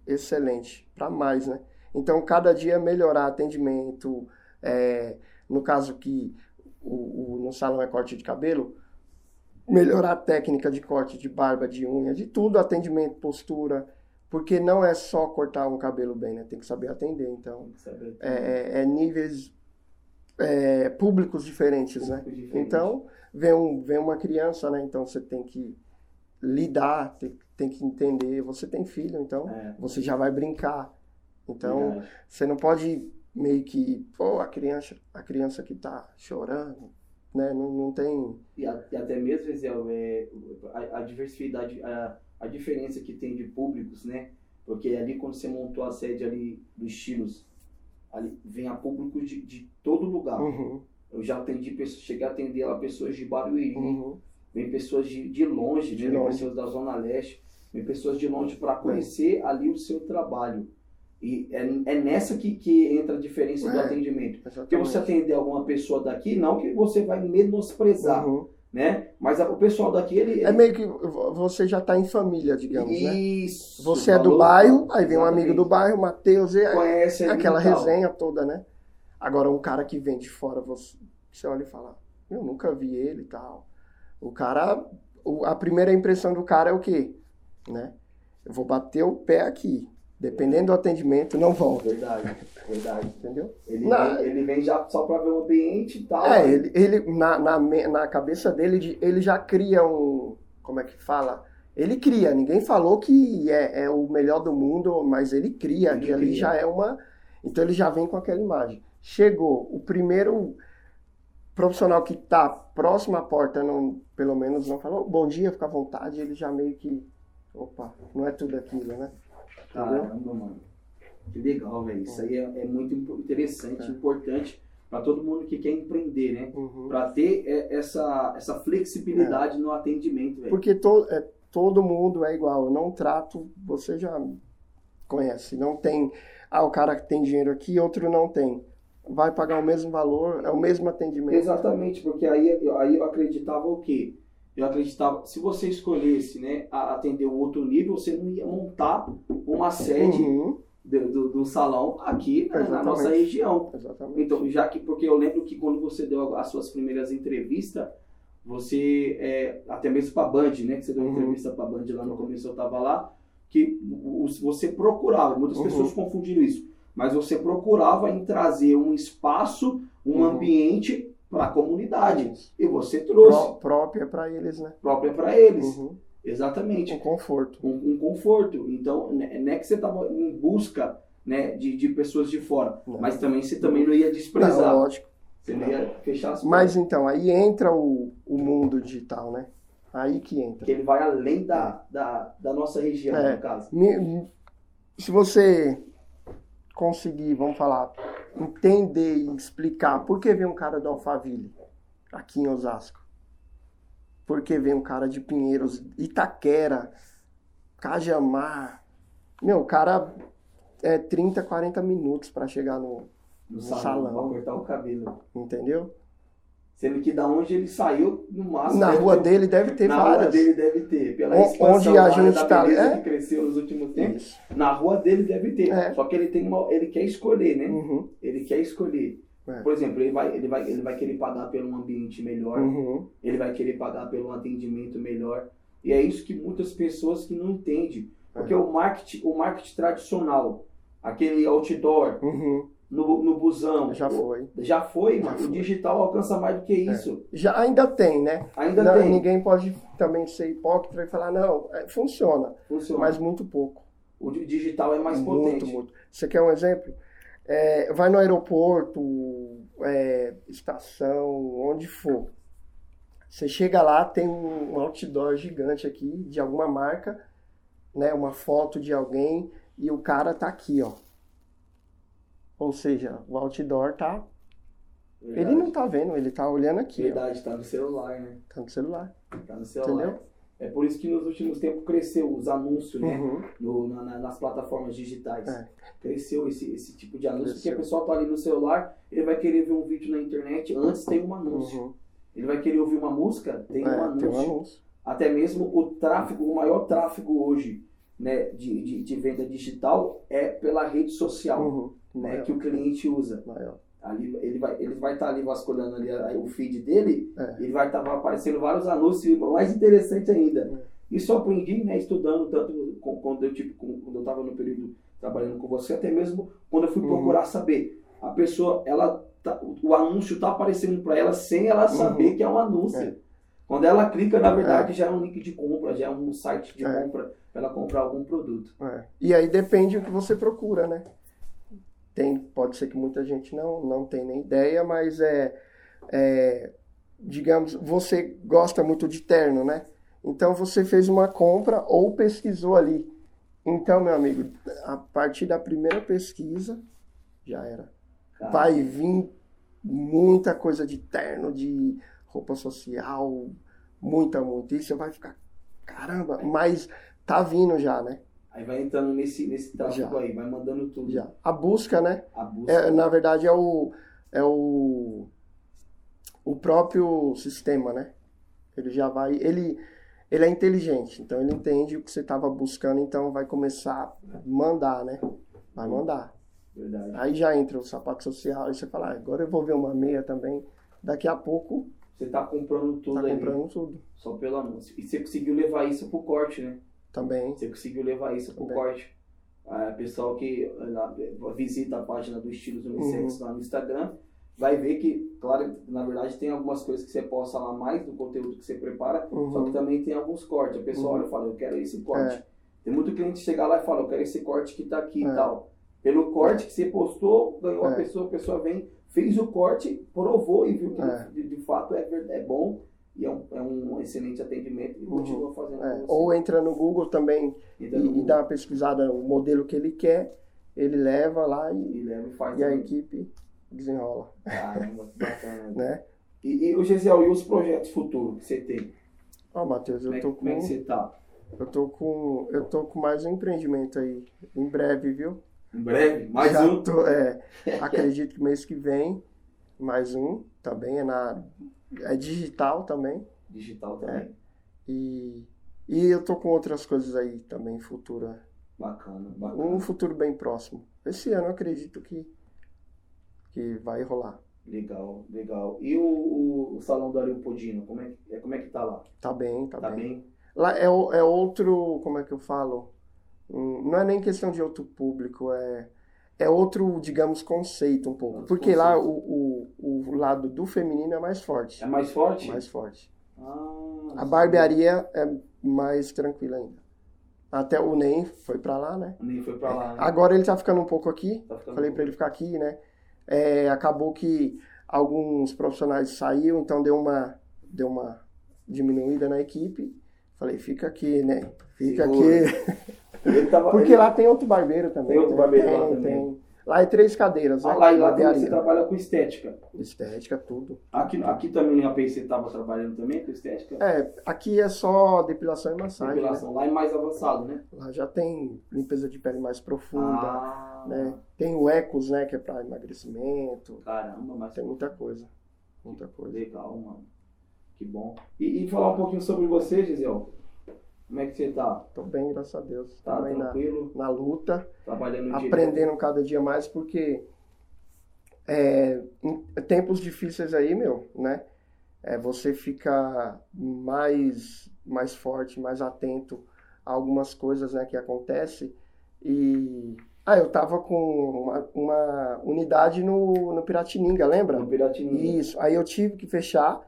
Speaker 2: excelente, para mais, né? Então, cada dia melhorar atendimento, é, no caso que o, o- no salão é corte de cabelo, melhorar a técnica de corte, de barba, de unha, de tudo, atendimento, postura, porque não é só cortar um cabelo bem, né? Tem que saber atender, então.
Speaker 1: Saber
Speaker 2: É, é- é níveis, é, públicos diferentes, né?
Speaker 1: um pouco diferente.
Speaker 2: Então, vem, um, vem uma criança, né? Então você tem que lidar, tem, tem que entender. Você tem filho, então
Speaker 1: É,
Speaker 2: você já vai brincar. Então,
Speaker 1: verdade.
Speaker 2: você não pode meio que, pô, a criança, a criança que tá chorando, né? Não, não tem.
Speaker 1: E, a- e até mesmo, Ezel, é, a, a diversidade, a, a diferença que tem de públicos, né? Porque ali quando você montou a sede ali dos estilos, ali vem a público de, de todo lugar.
Speaker 2: Uhum,
Speaker 1: Eu já atendi pessoas, cheguei a atender lá pessoas de Barueri,
Speaker 2: uhum.
Speaker 1: vem pessoas de, de longe,
Speaker 2: De
Speaker 1: né? Vem
Speaker 2: longe.
Speaker 1: pessoas da Zona Leste, vem pessoas de longe para conhecer ali o seu trabalho. E é, é nessa que, que entra a diferença do
Speaker 2: É.
Speaker 1: atendimento. Porque
Speaker 2: Exatamente.
Speaker 1: você atender alguma pessoa daqui, não que você vai menosprezar,
Speaker 2: Uhum.
Speaker 1: né? Mas a- o pessoal daqui, ele...
Speaker 2: É meio que vo- você já tá em família, digamos, né?
Speaker 1: Isso.
Speaker 2: Você é do
Speaker 1: falou,
Speaker 2: bairro,
Speaker 1: falou,
Speaker 2: aí vem um amigo do bairro, Matheus, e aí,
Speaker 1: Conhece
Speaker 2: É
Speaker 1: ali
Speaker 2: aquela
Speaker 1: e tal.
Speaker 2: resenha toda, né? Agora, um cara que vem de fora, você, você olha e fala, eu nunca vi ele e tal. O cara, o- a primeira impressão do cara é o quê? Né? Eu vou bater o pé aqui. Dependendo do atendimento, não volta,
Speaker 1: Verdade, verdade.
Speaker 2: entendeu?
Speaker 1: Ele,
Speaker 2: Não.
Speaker 1: vem, ele vem já só pra ver o ambiente e tal.
Speaker 2: É, ele, ele na, na, me- na cabeça dele, de- ele já cria um. Como é que fala? Ele cria, ninguém falou que é, é o melhor do mundo, mas ele cria,
Speaker 1: Ele
Speaker 2: que ali
Speaker 1: cria.
Speaker 2: já é uma. Então ele já vem com aquela imagem. Chegou, o primeiro profissional que tá próximo à porta, não, pelo menos não falou bom dia, fica à vontade, ele já meio que. Opa, não é tudo aquilo, né?
Speaker 1: Caramba, mano. Que legal, velho. Isso aí é, é muito impo- interessante,
Speaker 2: É.
Speaker 1: importante pra todo mundo que quer empreender, né?
Speaker 2: Uhum.
Speaker 1: Pra ter é, essa, essa
Speaker 2: É.
Speaker 1: flexibilidade no atendimento, velho.
Speaker 2: Porque to, é, todo mundo é igual. Eu não trato, você já conhece. Não tem, ah, o cara que tem dinheiro aqui, outro não tem. Vai pagar o mesmo valor, é o mesmo atendimento.
Speaker 1: Exatamente, porque aí, eu- aí eu acreditava o quê? Eu acreditava, se você escolhesse, né, a- atender um outro nível, você não ia montar uma sede
Speaker 2: Uhum,
Speaker 1: do, do- do salão aqui na, na
Speaker 2: Exatamente.
Speaker 1: nossa região.
Speaker 2: exatamente.
Speaker 1: Então, já que, porque eu lembro que quando você deu as suas primeiras entrevistas, você, é, até mesmo pra Band, né, que você deu uma
Speaker 2: Uhum.
Speaker 1: entrevista pra Band lá no começo, eu tava lá, que o- o- você procurava, muitas
Speaker 2: Uhum.
Speaker 1: pessoas confundiram isso, mas você procurava em trazer um espaço, um
Speaker 2: Uhum.
Speaker 1: ambiente para a comunidade.
Speaker 2: Isso.
Speaker 1: E você trouxe,
Speaker 2: Pró, própria para eles, né?
Speaker 1: própria para eles.
Speaker 2: Uhum.
Speaker 1: Exatamente
Speaker 2: Um conforto.
Speaker 1: um, um conforto. Então, né- não é que você estava em busca né, de, de pessoas de fora,
Speaker 2: Não.
Speaker 1: mas também você também não ia
Speaker 2: Não,
Speaker 1: desprezar,
Speaker 2: lógico.
Speaker 1: você não ia fechar as portas.
Speaker 2: Mas então, aí entra o, o mundo digital, né? Aí que entra.
Speaker 1: Porque ele vai além da, da, da nossa região,
Speaker 2: É.
Speaker 1: no caso.
Speaker 2: Me- se você conseguir, vamos falar, entender e explicar por que vem um cara do Alphaville aqui em Osasco, por que vem um cara de Pinheiros, Itaquera, Cajamar, meu, o cara é, 30, 40 minutos para chegar no,
Speaker 1: no
Speaker 2: No
Speaker 1: salão,
Speaker 2: Um salão.
Speaker 1: pra cortar o cabelo.
Speaker 2: entendeu?
Speaker 1: Sendo que da onde ele saiu, no máximo.
Speaker 2: Na
Speaker 1: deve
Speaker 2: rua
Speaker 1: ter-
Speaker 2: dele deve ter
Speaker 1: na rua
Speaker 2: várias.
Speaker 1: dele deve ter. Pela
Speaker 2: O-
Speaker 1: expansão
Speaker 2: onde a
Speaker 1: da área
Speaker 2: gente
Speaker 1: da
Speaker 2: tá-
Speaker 1: beleza
Speaker 2: é?
Speaker 1: que cresceu nos últimos tempos.
Speaker 2: Isso.
Speaker 1: Na rua dele deve ter.
Speaker 2: É.
Speaker 1: Só que ele tem uma. Ele quer escolher, né?
Speaker 2: Uhum,
Speaker 1: Ele quer escolher.
Speaker 2: É.
Speaker 1: Por exemplo, ele vai, ele, vai, ele vai querer pagar por um ambiente melhor,
Speaker 2: uhum,
Speaker 1: ele vai querer pagar por um atendimento melhor. E é isso que muitas pessoas que não entendem. Porque o, marketing, o marketing tradicional, aquele outdoor,
Speaker 2: uhum.
Speaker 1: no, no busão,
Speaker 2: Já foi.
Speaker 1: já foi,
Speaker 2: Já
Speaker 1: mano.
Speaker 2: foi.
Speaker 1: O digital alcança mais do que isso.
Speaker 2: Já, ainda tem, né?
Speaker 1: Ainda
Speaker 2: Não,
Speaker 1: tem.
Speaker 2: Ninguém pode também ser hipócrita e falar, não, é, funciona,
Speaker 1: Funciona.
Speaker 2: mas muito pouco.
Speaker 1: O di- digital é mais
Speaker 2: muito,
Speaker 1: potente.
Speaker 2: muito. Você quer um exemplo? É, vai no aeroporto, é, estação, onde for. Você chega lá, tem um outdoor gigante aqui de alguma marca, né? Uma foto de alguém e o cara tá aqui, ó. Ou seja, o outdoor tá.
Speaker 1: É Verdade.
Speaker 2: Ele não tá vendo, ele tá olhando aqui, ó.
Speaker 1: Verdade, tá no celular, né?
Speaker 2: Tá no celular.
Speaker 1: Tá no celular.
Speaker 2: Entendeu?
Speaker 1: É por isso que nos últimos tempos cresceu os anúncios, né?
Speaker 2: Uhum.
Speaker 1: no- na- na- nas plataformas digitais.
Speaker 2: É.
Speaker 1: Cresceu esse, esse tipo de anúncio,
Speaker 2: Cresceu.
Speaker 1: porque o pessoal tá ali no celular, ele vai querer ver um vídeo na internet, antes tem um anúncio.
Speaker 2: Uhum.
Speaker 1: Ele vai querer ouvir uma música, tem um
Speaker 2: É,
Speaker 1: anúncio.
Speaker 2: tem um anúncio.
Speaker 1: Até mesmo o tráfego, o maior tráfego hoje né, de, de, de venda digital é pela rede social
Speaker 2: Uhum.
Speaker 1: né,
Speaker 2: Maior, É
Speaker 1: que o cliente usa.
Speaker 2: maior.
Speaker 1: Ali, ele vai estar ele vai tá ali vasculhando ali a- o feed dele,
Speaker 2: É.
Speaker 1: ele vai estar aparecendo vários anúncios, e o mais interessante ainda.
Speaker 2: É.
Speaker 1: Isso eu aprendi né, estudando, tanto com- quando eu tipo, com- quando eu estava no período trabalhando com você, até mesmo quando eu fui
Speaker 2: Uhum.
Speaker 1: procurar saber. A pessoa, ela tá- o anúncio está aparecendo para ela sem ela saber que é um anúncio.
Speaker 2: Uhum. É.
Speaker 1: Quando ela clica, na verdade, já é um link de compra, já é um site de
Speaker 2: É.
Speaker 1: compra para ela comprar algum produto.
Speaker 2: É. E aí depende do que você procura, né? Tem, pode ser que muita gente não, não tem nem ideia, mas é, é, digamos, você gosta muito de terno, né? Então você fez uma compra ou pesquisou ali. Então, meu amigo, a partir da primeira pesquisa, já era.
Speaker 1: Cara,
Speaker 2: Vai vir muita coisa de terno, de roupa social, muita, muita. E você vai ficar, caramba, mas tá vindo já, né?
Speaker 1: Aí vai entrando nesse, nesse tráfego
Speaker 2: Já.
Speaker 1: aí, vai mandando tudo.
Speaker 2: Já. A busca, né?
Speaker 1: A busca.
Speaker 2: É, na verdade, é o, é o, o próprio sistema, né? Ele já vai. Ele, ele é inteligente, então ele entende o que você estava buscando, então vai começar a mandar, né? Vai mandar.
Speaker 1: Verdade.
Speaker 2: Aí já entra o sapato social, aí você fala, ah, agora eu vou ver uma meia também. Daqui a pouco
Speaker 1: Você tá comprando tudo
Speaker 2: tá
Speaker 1: ali,
Speaker 2: comprando tudo
Speaker 1: só pelo anúncio. E você conseguiu levar isso pro corte, né?
Speaker 2: também.
Speaker 1: Você conseguiu levar isso pro
Speaker 2: Também.
Speaker 1: corte. Ah, pessoal que ah, lá, visita a página do Estilos
Speaker 2: Uhum.
Speaker 1: Unissex lá no Instagram vai ver que, claro, na verdade tem algumas coisas que você posta lá mais do conteúdo que você prepara, só que
Speaker 2: Uhum.
Speaker 1: também tem alguns cortes. A pessoa
Speaker 2: Uhum.
Speaker 1: olha e fala, eu quero esse corte.
Speaker 2: É.
Speaker 1: Tem muito cliente que chega lá e fala, eu quero esse corte que tá aqui e
Speaker 2: É.
Speaker 1: tal. Pelo corte que você postou, ganhou a
Speaker 2: É.
Speaker 1: pessoa, a pessoa vem, fez o corte, provou e viu que
Speaker 2: É.
Speaker 1: de, de fato é, ver- é bom e é um, é um excelente atendimento e
Speaker 2: Uhum.
Speaker 1: continua fazendo
Speaker 2: É.
Speaker 1: com você.
Speaker 2: Ou entra no Google também
Speaker 1: E
Speaker 2: e,
Speaker 1: dando um
Speaker 2: e dá uma pesquisada no modelo que ele quer, ele leva lá e
Speaker 1: E leva e faz.
Speaker 2: E a
Speaker 1: também.
Speaker 2: equipe desenrola,
Speaker 1: Caramba, que bacana.
Speaker 2: né?
Speaker 1: E, e o Gesiel, e os projetos futuros que você tem?
Speaker 2: Ó, Matheus,
Speaker 1: Como
Speaker 2: eu
Speaker 1: é,
Speaker 2: tô
Speaker 1: como é que
Speaker 2: com,
Speaker 1: você tá?
Speaker 2: eu tô com, eu tô com mais um empreendimento aí, em breve, viu?
Speaker 1: Em breve? Mais
Speaker 2: Já
Speaker 1: um?
Speaker 2: tô- é, acredito que mês que vem, mais um, também é na, é digital também,
Speaker 1: Digital
Speaker 2: É.
Speaker 1: também.
Speaker 2: e, e eu tô com outras coisas aí também, futura,
Speaker 1: Bacana, bacana.
Speaker 2: um futuro bem próximo. Esse ano eu acredito que, que vai rolar,
Speaker 1: Legal, legal. E o, o, o salão do Ariopodino, como é, que- é- como é que tá lá?
Speaker 2: tá bem, tá
Speaker 1: Tá
Speaker 2: bem.
Speaker 1: bem?
Speaker 2: Lá é, o- é outro, como é que eu falo? Hum, Não é nem questão de outro público, é, é outro, digamos, conceito um pouco.
Speaker 1: Outro
Speaker 2: Porque lá
Speaker 1: conceito.
Speaker 2: o, o, o lado do feminino é mais forte.
Speaker 1: É mais forte?
Speaker 2: Mais forte.
Speaker 1: Ah,
Speaker 2: A barbearia é mais tranquila ainda. Até o Ney foi pra lá, né?
Speaker 1: Nem foi pra lá, né?
Speaker 2: Agora ele tá ficando um pouco aqui.
Speaker 1: Tá ficando
Speaker 2: Falei pra ele ficar aqui, né? É, acabou que alguns profissionais saíram, então deu uma, deu uma diminuída na equipe. Falei, fica aqui, né? Fica
Speaker 1: Segura.
Speaker 2: aqui.
Speaker 1: Ele tava,
Speaker 2: Porque
Speaker 1: ele-
Speaker 2: lá tem outro barbeiro também.
Speaker 1: Tem outro
Speaker 2: né?
Speaker 1: barbeiro lá
Speaker 2: Tem,
Speaker 1: também.
Speaker 2: tem. Lá é três cadeiras,
Speaker 1: Ah,
Speaker 2: né?
Speaker 1: lá, e lá também
Speaker 2: Barbearia.
Speaker 1: você trabalha com estética.
Speaker 2: Estética, tudo.
Speaker 1: Aqui, aqui também no IAPI você tava trabalhando também com estética?
Speaker 2: É, aqui é só depilação e massagem, né?
Speaker 1: Depilação. Lá é mais avançado, né?
Speaker 2: Lá já tem limpeza de pele mais profunda,
Speaker 1: Ah, Ah,
Speaker 2: né? Tem o Ecos, né, que é para emagrecimento,
Speaker 1: Caramba, mas
Speaker 2: tem muita coisa, muita coisa.
Speaker 1: legal, mano. Que bom. E, e falar um pouquinho sobre você, Gisel. Como é que você tá?
Speaker 2: Tô bem, graças a Deus.
Speaker 1: Tá
Speaker 2: Também na,
Speaker 1: tranquilo?
Speaker 2: na luta,
Speaker 1: Trabalhando direito?
Speaker 2: aprendendo cada dia mais, porque é, em tempos difíceis aí, meu, né? É, você fica mais, mais forte, mais atento a algumas coisas né, que acontecem. E. Ah, eu tava com uma, uma unidade no, no Piratininga, lembra?
Speaker 1: No né? Piratininga.
Speaker 2: Isso. Aí eu tive que fechar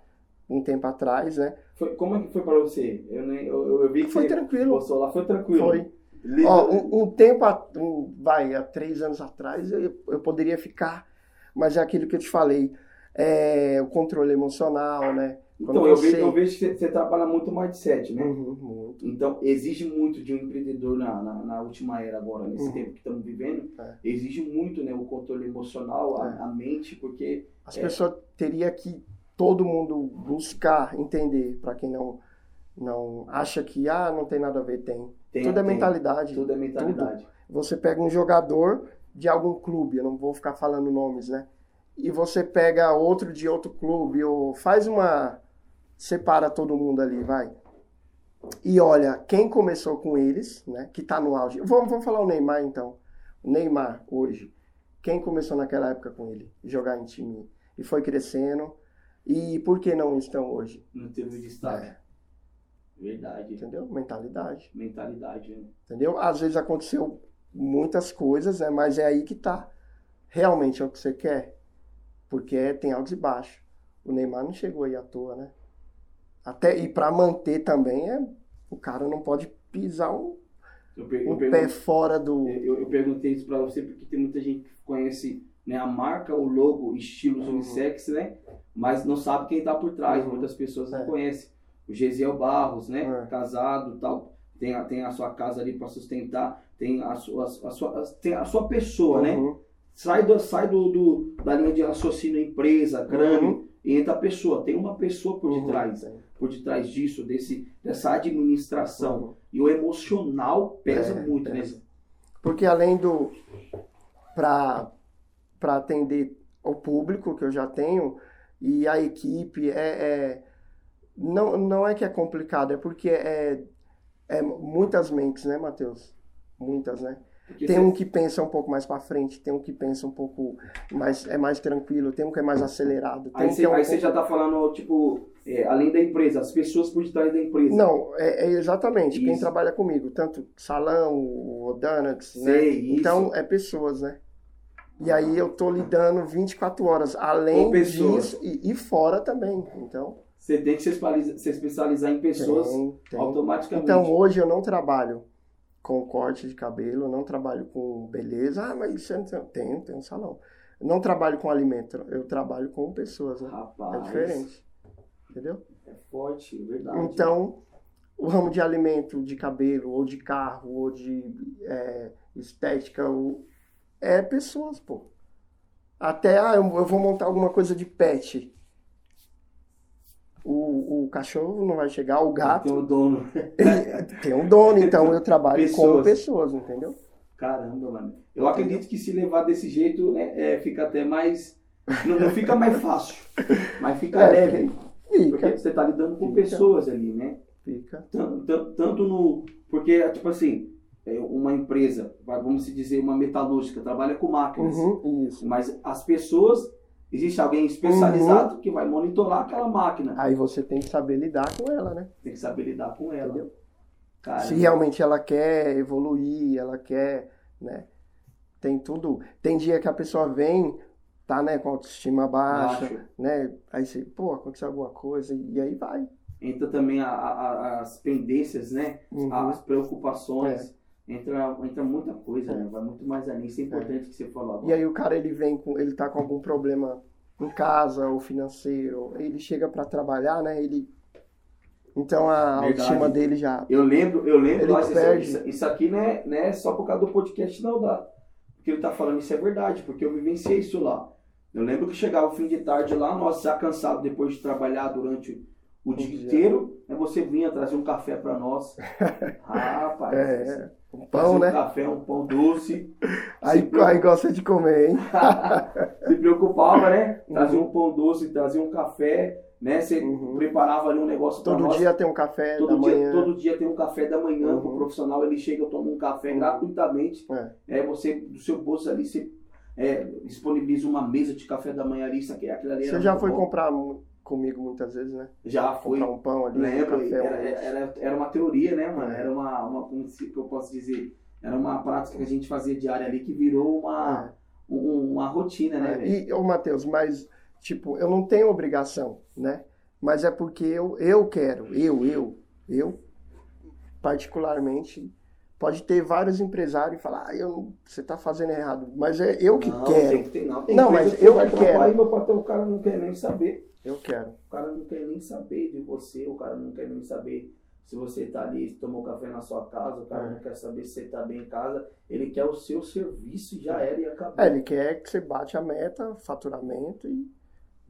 Speaker 2: um tempo atrás, né?
Speaker 1: Foi, como é que foi pra você? Eu, nem, eu, eu- eu vi que
Speaker 2: Foi
Speaker 1: você
Speaker 2: tranquilo.
Speaker 1: postou lá. Foi tranquilo?
Speaker 2: Foi.
Speaker 1: Li-
Speaker 2: Ó, um, um tempo, a- um, vai, há três anos atrás, eu, eu poderia ficar, mas é aquilo que eu te falei, é, o controle emocional, né?
Speaker 1: então,
Speaker 2: quando
Speaker 1: eu
Speaker 2: você-
Speaker 1: vejo, eu vejo que você, você trabalha muito mindset, né?
Speaker 2: Uhum, muito.
Speaker 1: Então, exige muito de um empreendedor na, na, na última era agora, nesse
Speaker 2: Uhum.
Speaker 1: tempo que estamos vivendo.
Speaker 2: É.
Speaker 1: Exige muito né, o controle emocional, a,
Speaker 2: É.
Speaker 1: a mente, porque
Speaker 2: As
Speaker 1: É.
Speaker 2: pessoas teria que todo mundo buscar entender, para quem não, não acha que, ah, não tem nada a ver, tem.
Speaker 1: tem,
Speaker 2: Tudo é
Speaker 1: tem-
Speaker 2: mentalidade.
Speaker 1: tudo é mentalidade.
Speaker 2: Você pega um jogador de algum clube, eu não vou ficar falando nomes, né? E você pega outro de outro clube, ou faz uma. Separa todo mundo ali, vai. E olha, quem começou com eles, né? Que tá no auge. Vamos, vamos falar o Neymar então. O Neymar, hoje. Quem começou naquela época com ele? Jogar em time. E foi crescendo. E por que não estão hoje?
Speaker 1: Não teve destaque.
Speaker 2: É,
Speaker 1: Verdade.
Speaker 2: entendeu? Mentalidade.
Speaker 1: Mentalidade, né?
Speaker 2: Entendeu? Às vezes aconteceu muitas coisas, né? Mas é aí que tá. Realmente é o que você quer. Porque tem altos e baixos. O Neymar não chegou aí à toa, né? Até, e para manter também, é, o cara não pode pisar um,
Speaker 1: Eu, per-
Speaker 2: um
Speaker 1: eu,
Speaker 2: pé
Speaker 1: pergun-
Speaker 2: fora do.
Speaker 1: É, eu, eu perguntei isso pra você porque tem muita gente que conhece né, a marca, o logo, estilos
Speaker 2: Uhum.
Speaker 1: unissex, né? Mas não sabe quem tá por trás.
Speaker 2: Uhum.
Speaker 1: Muitas pessoas não
Speaker 2: É.
Speaker 1: conhecem. O Gesiel Barros, né?
Speaker 2: É.
Speaker 1: Casado tal. Tem a, tem a sua casa ali pra sustentar. Tem a sua, a sua, tem a sua pessoa, né?
Speaker 2: Uhum.
Speaker 1: Sai, do, sai do, do- da linha de raciocínio empresa, crânio,
Speaker 2: Uhum.
Speaker 1: e entra a pessoa. Tem uma pessoa por detrás,
Speaker 2: Uhum.
Speaker 1: por detrás disso, desse, dessa administração.
Speaker 2: Uhum.
Speaker 1: E o emocional pesa
Speaker 2: É,
Speaker 1: muito,
Speaker 2: pesa.
Speaker 1: né?
Speaker 2: Porque além do. para atender o público que eu já tenho e a equipe, é, é- não, não é que é complicado, é porque é, é muitas mentes, né, Matheus? Muitas, né?
Speaker 1: Porque
Speaker 2: Tem
Speaker 1: você-
Speaker 2: um que pensa um pouco mais pra frente, tem um que pensa um pouco mais, é mais tranquilo, tem um que é mais acelerado, tem
Speaker 1: Aí,
Speaker 2: um que
Speaker 1: você,
Speaker 2: é um
Speaker 1: aí você
Speaker 2: pouco-
Speaker 1: já tá falando, tipo, é, além da empresa, as pessoas por detrás da empresa.
Speaker 2: Não, é, é exatamente, quem
Speaker 1: Isso.
Speaker 2: trabalha comigo, tanto Salão, o Danax, né?
Speaker 1: Sei, isso.
Speaker 2: Então, é pessoas, né? E aí eu tô lidando 24 horas, além
Speaker 1: Com pessoas.
Speaker 2: disso e, e fora também. Então,
Speaker 1: você tem que se especializa- se especializar em pessoas
Speaker 2: tem, tem.
Speaker 1: automaticamente.
Speaker 2: Então, hoje eu não trabalho com corte de cabelo, não trabalho com beleza. Ah, mas você não tem, tem, tem um salão. Não trabalho com alimento, eu trabalho com pessoas, né?
Speaker 1: Rapaz,
Speaker 2: É diferente. Entendeu?
Speaker 1: é forte, é verdade.
Speaker 2: Então, o ramo de alimento, de cabelo, ou de carro, ou de é, estética, ou- é pessoas, pô. Até, ah, eu, eu vou montar alguma coisa de pet. O, o cachorro não vai chegar, o gato.
Speaker 1: Tem o dono.
Speaker 2: Tem um dono, então eu trabalho com
Speaker 1: Pessoas.
Speaker 2: pessoas, entendeu?
Speaker 1: Caramba, mano. Eu acredito que se levar desse jeito, né, é, fica até mais. Não, não fica mais fácil, mas fica
Speaker 2: É,
Speaker 1: leve. Porque
Speaker 2: Fica,
Speaker 1: você tá lidando com
Speaker 2: Fica.
Speaker 1: pessoas ali, né?
Speaker 2: fica.
Speaker 1: Tan- tan- tanto no. Porque, tipo assim, é, uma empresa, vai- vamos se dizer, uma metalúrgica, trabalha com máquinas.
Speaker 2: Uhum, isso.
Speaker 1: Mas as pessoas, existe alguém
Speaker 2: Uhum.
Speaker 1: especializado que vai monitorar aquela máquina.
Speaker 2: Aí você tem que saber lidar com ela, né?
Speaker 1: Tem que saber lidar com ela.
Speaker 2: Entendeu?
Speaker 1: Cara,
Speaker 2: se é realmente ela quer evoluir, ela quer, né? Tem tudo. Tem dia que a pessoa vem, tá, né, com autoestima baixa,
Speaker 1: acho.
Speaker 2: né? Aí você, pô, aconteceu alguma coisa, e aí vai.
Speaker 1: Entra também a- a- a- as pendências, né?
Speaker 2: Uhum. É.
Speaker 1: As preocupações. Entra, entra muita coisa, né? Vai muito mais além. Isso é importante que você falou agora.
Speaker 2: E aí o cara ele vem com, ele tá com algum problema em casa ou financeiro, ele chega pra trabalhar, né? Ele então a
Speaker 1: Verdade.
Speaker 2: autoestima dele já é
Speaker 1: Eu lembro, eu lembro,
Speaker 2: Ele
Speaker 1: nossa, isso-
Speaker 2: perde.
Speaker 1: Isso, isso aqui não é, não é só por causa do podcast, não, dá. Porque ele tá falando isso é verdade, porque eu vivenciei isso lá. Eu lembro que chegava o fim de tarde lá, nossa, já cansado depois de trabalhar durante o
Speaker 2: Um
Speaker 1: dia inteiro, né, você vinha trazer um café para nós. Rapaz,
Speaker 2: É, é. Um
Speaker 1: trazer
Speaker 2: pão,
Speaker 1: um
Speaker 2: né?
Speaker 1: café, um pão doce.
Speaker 2: Aí,
Speaker 1: Se preocupa-
Speaker 2: aí gosta de comer, hein?
Speaker 1: se preocupava, né? Trazia
Speaker 2: Uhum.
Speaker 1: um pão doce, trazia um café, né? Você
Speaker 2: Uhum.
Speaker 1: preparava ali um negócio para
Speaker 2: Todo
Speaker 1: nós.
Speaker 2: dia tem um café da
Speaker 1: todo, dia,
Speaker 2: manhã.
Speaker 1: todo dia tem um café da manhã,
Speaker 2: Uhum.
Speaker 1: o profissional ele chega, toma um café
Speaker 2: Uhum.
Speaker 1: gratuitamente.
Speaker 2: É.
Speaker 1: É, você, do seu bolso ali, você é, disponibiliza uma mesa de café da manhã ali, isso aqui, aquilo ali era
Speaker 2: Você já
Speaker 1: muito
Speaker 2: foi
Speaker 1: bom.
Speaker 2: comprar mu- comigo muitas vezes, né?
Speaker 1: Já foi.
Speaker 2: Comprar um pão ali, um
Speaker 1: Lembro,
Speaker 2: café. um
Speaker 1: era,
Speaker 2: lanche.
Speaker 1: era, era uma teoria, né, mano?
Speaker 2: É.
Speaker 1: Era uma, uma, como se- que eu posso dizer, era uma prática que a gente fazia diária ali que virou uma, um- uma rotina, né, velho?
Speaker 2: É. Ah, E, ô Matheus, mas, tipo, eu não tenho obrigação, né? Mas é porque eu, eu quero, eu, eu, eu, particularmente, pode ter vários empresários e falar, ah, eu, não- você tá fazendo errado, mas é eu que
Speaker 1: não,
Speaker 2: quero,
Speaker 1: tem que ter, não. Tem
Speaker 2: Não,
Speaker 1: empresa
Speaker 2: mas eu
Speaker 1: vai
Speaker 2: que
Speaker 1: trampar
Speaker 2: quero.
Speaker 1: Aí, meu patrão, o cara não quer nem saber.
Speaker 2: eu quero.
Speaker 1: O cara não quer nem saber de você, o cara não quer nem saber se você tá ali, se tomou café na sua casa, o cara
Speaker 2: É.
Speaker 1: não quer saber se você tá bem em casa, ele quer o seu serviço, já era e acabou.
Speaker 2: É, ele quer que você bate a meta, faturamento e,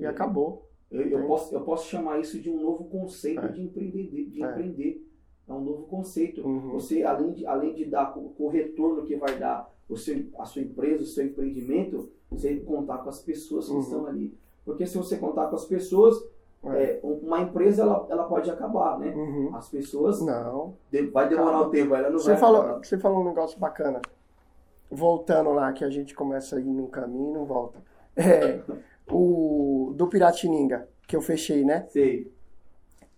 Speaker 2: e
Speaker 1: É.
Speaker 2: acabou.
Speaker 1: eu, eu posso, eu posso chamar isso de um novo conceito
Speaker 2: É.
Speaker 1: de, empreender, de
Speaker 2: É.
Speaker 1: empreender. É um novo conceito.
Speaker 2: Uhum.
Speaker 1: Você, além de, além de dar com, com o retorno que vai dar o seu, a sua empresa, o seu empreendimento, você contar com as pessoas que
Speaker 2: Uhum.
Speaker 1: estão ali. Porque se você contar com as pessoas,
Speaker 2: É.
Speaker 1: é, uma empresa ela, ela pode acabar, né?
Speaker 2: Uhum.
Speaker 1: As pessoas
Speaker 2: Não,
Speaker 1: De- vai demorar
Speaker 2: Calma.
Speaker 1: um tempo, ela não
Speaker 2: Você
Speaker 1: vai
Speaker 2: falou,
Speaker 1: acabar.
Speaker 2: você falou um negócio bacana. Voltando lá, que a gente começa a ir num caminho e não volta. É, o do Piratininga, que eu fechei, né?
Speaker 1: Sei.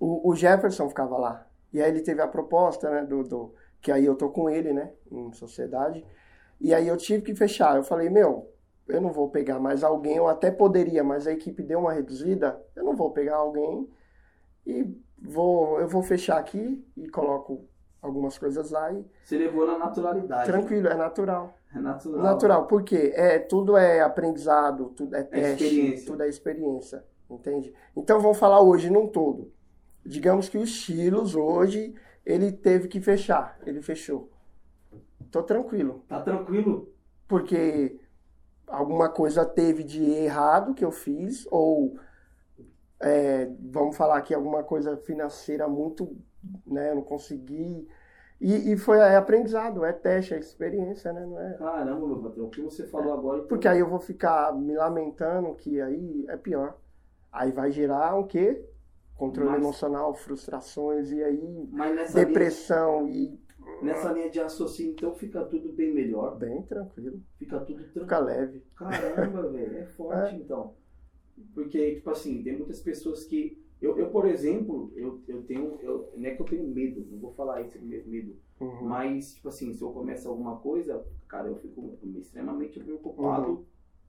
Speaker 2: O, o Jefferson ficava lá. E aí ele teve a proposta, né? Do, do- que aí eu tô com ele, né? Em sociedade. E aí eu tive que fechar. Eu falei, meu, eu não vou pegar mais alguém. Eu até poderia, mas a equipe deu uma reduzida. Eu não vou pegar alguém e vou, eu vou fechar aqui e coloco algumas coisas lá e
Speaker 1: Você levou na naturalidade.
Speaker 2: Tranquilo, é natural.
Speaker 1: É natural.
Speaker 2: Natural, por quê? É, tudo é aprendizado, tudo é teste,
Speaker 1: experiência.
Speaker 2: tudo é experiência, entende? Então vamos falar hoje num todo. Digamos que o Chilos hoje, ele teve que fechar, ele fechou. Tô tranquilo,
Speaker 1: Tá tranquilo?
Speaker 2: porque alguma coisa teve de errado que eu fiz, ou é, vamos falar aqui, alguma coisa financeira muito, né, eu não consegui. E, e foi é aprendizado, é teste, é experiência, né? Não é,
Speaker 1: Caramba, meu patrão, o que você falou agora? então,
Speaker 2: Porque aí eu vou ficar me lamentando que aí é pior. Aí vai gerar o quê? Controle
Speaker 1: Mas-
Speaker 2: emocional, frustrações e aí
Speaker 1: Mas nessa linha,
Speaker 2: depressão e
Speaker 1: nessa linha de raciocínio, então fica tudo bem melhor.
Speaker 2: bem tranquilo,
Speaker 1: Fica tudo tranquilo.
Speaker 2: fica leve.
Speaker 1: Caramba, velho, é forte então. Porque, tipo assim, tem muitas pessoas que. Eu, eu por exemplo, eu, eu tenho. Eu, não é que eu tenho medo, não vou falar isso, me- medo.
Speaker 2: Uhum.
Speaker 1: Mas, tipo assim, se eu começo alguma coisa, cara, eu fico extremamente preocupado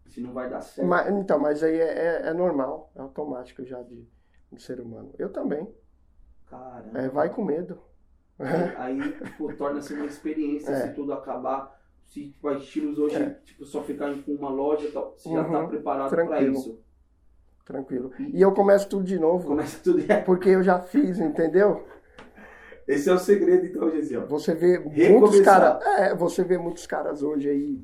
Speaker 1: se não vai dar certo.
Speaker 2: Uhum. Mas- então, mas aí é, é- é normal, é automático já de, de ser humano. Eu também.
Speaker 1: Caramba.
Speaker 2: É, vai com medo.
Speaker 1: Aí, tipo, torna-se uma experiência
Speaker 2: É.
Speaker 1: se tudo acabar. Se tipo, as estilos hoje,
Speaker 2: É.
Speaker 1: tipo, só ficarem com uma loja e tal, você já tá
Speaker 2: Uhum.
Speaker 1: preparado pra
Speaker 2: Tranquilo.
Speaker 1: isso.
Speaker 2: Tranquilo. E eu começo tudo de novo,
Speaker 1: Começa tudo.
Speaker 2: porque eu já fiz, entendeu?
Speaker 1: Esse é o segredo, então, Gesiel.
Speaker 2: Você vê muitos
Speaker 1: Recomeçar.
Speaker 2: caras. É, você vê muitos caras hoje aí,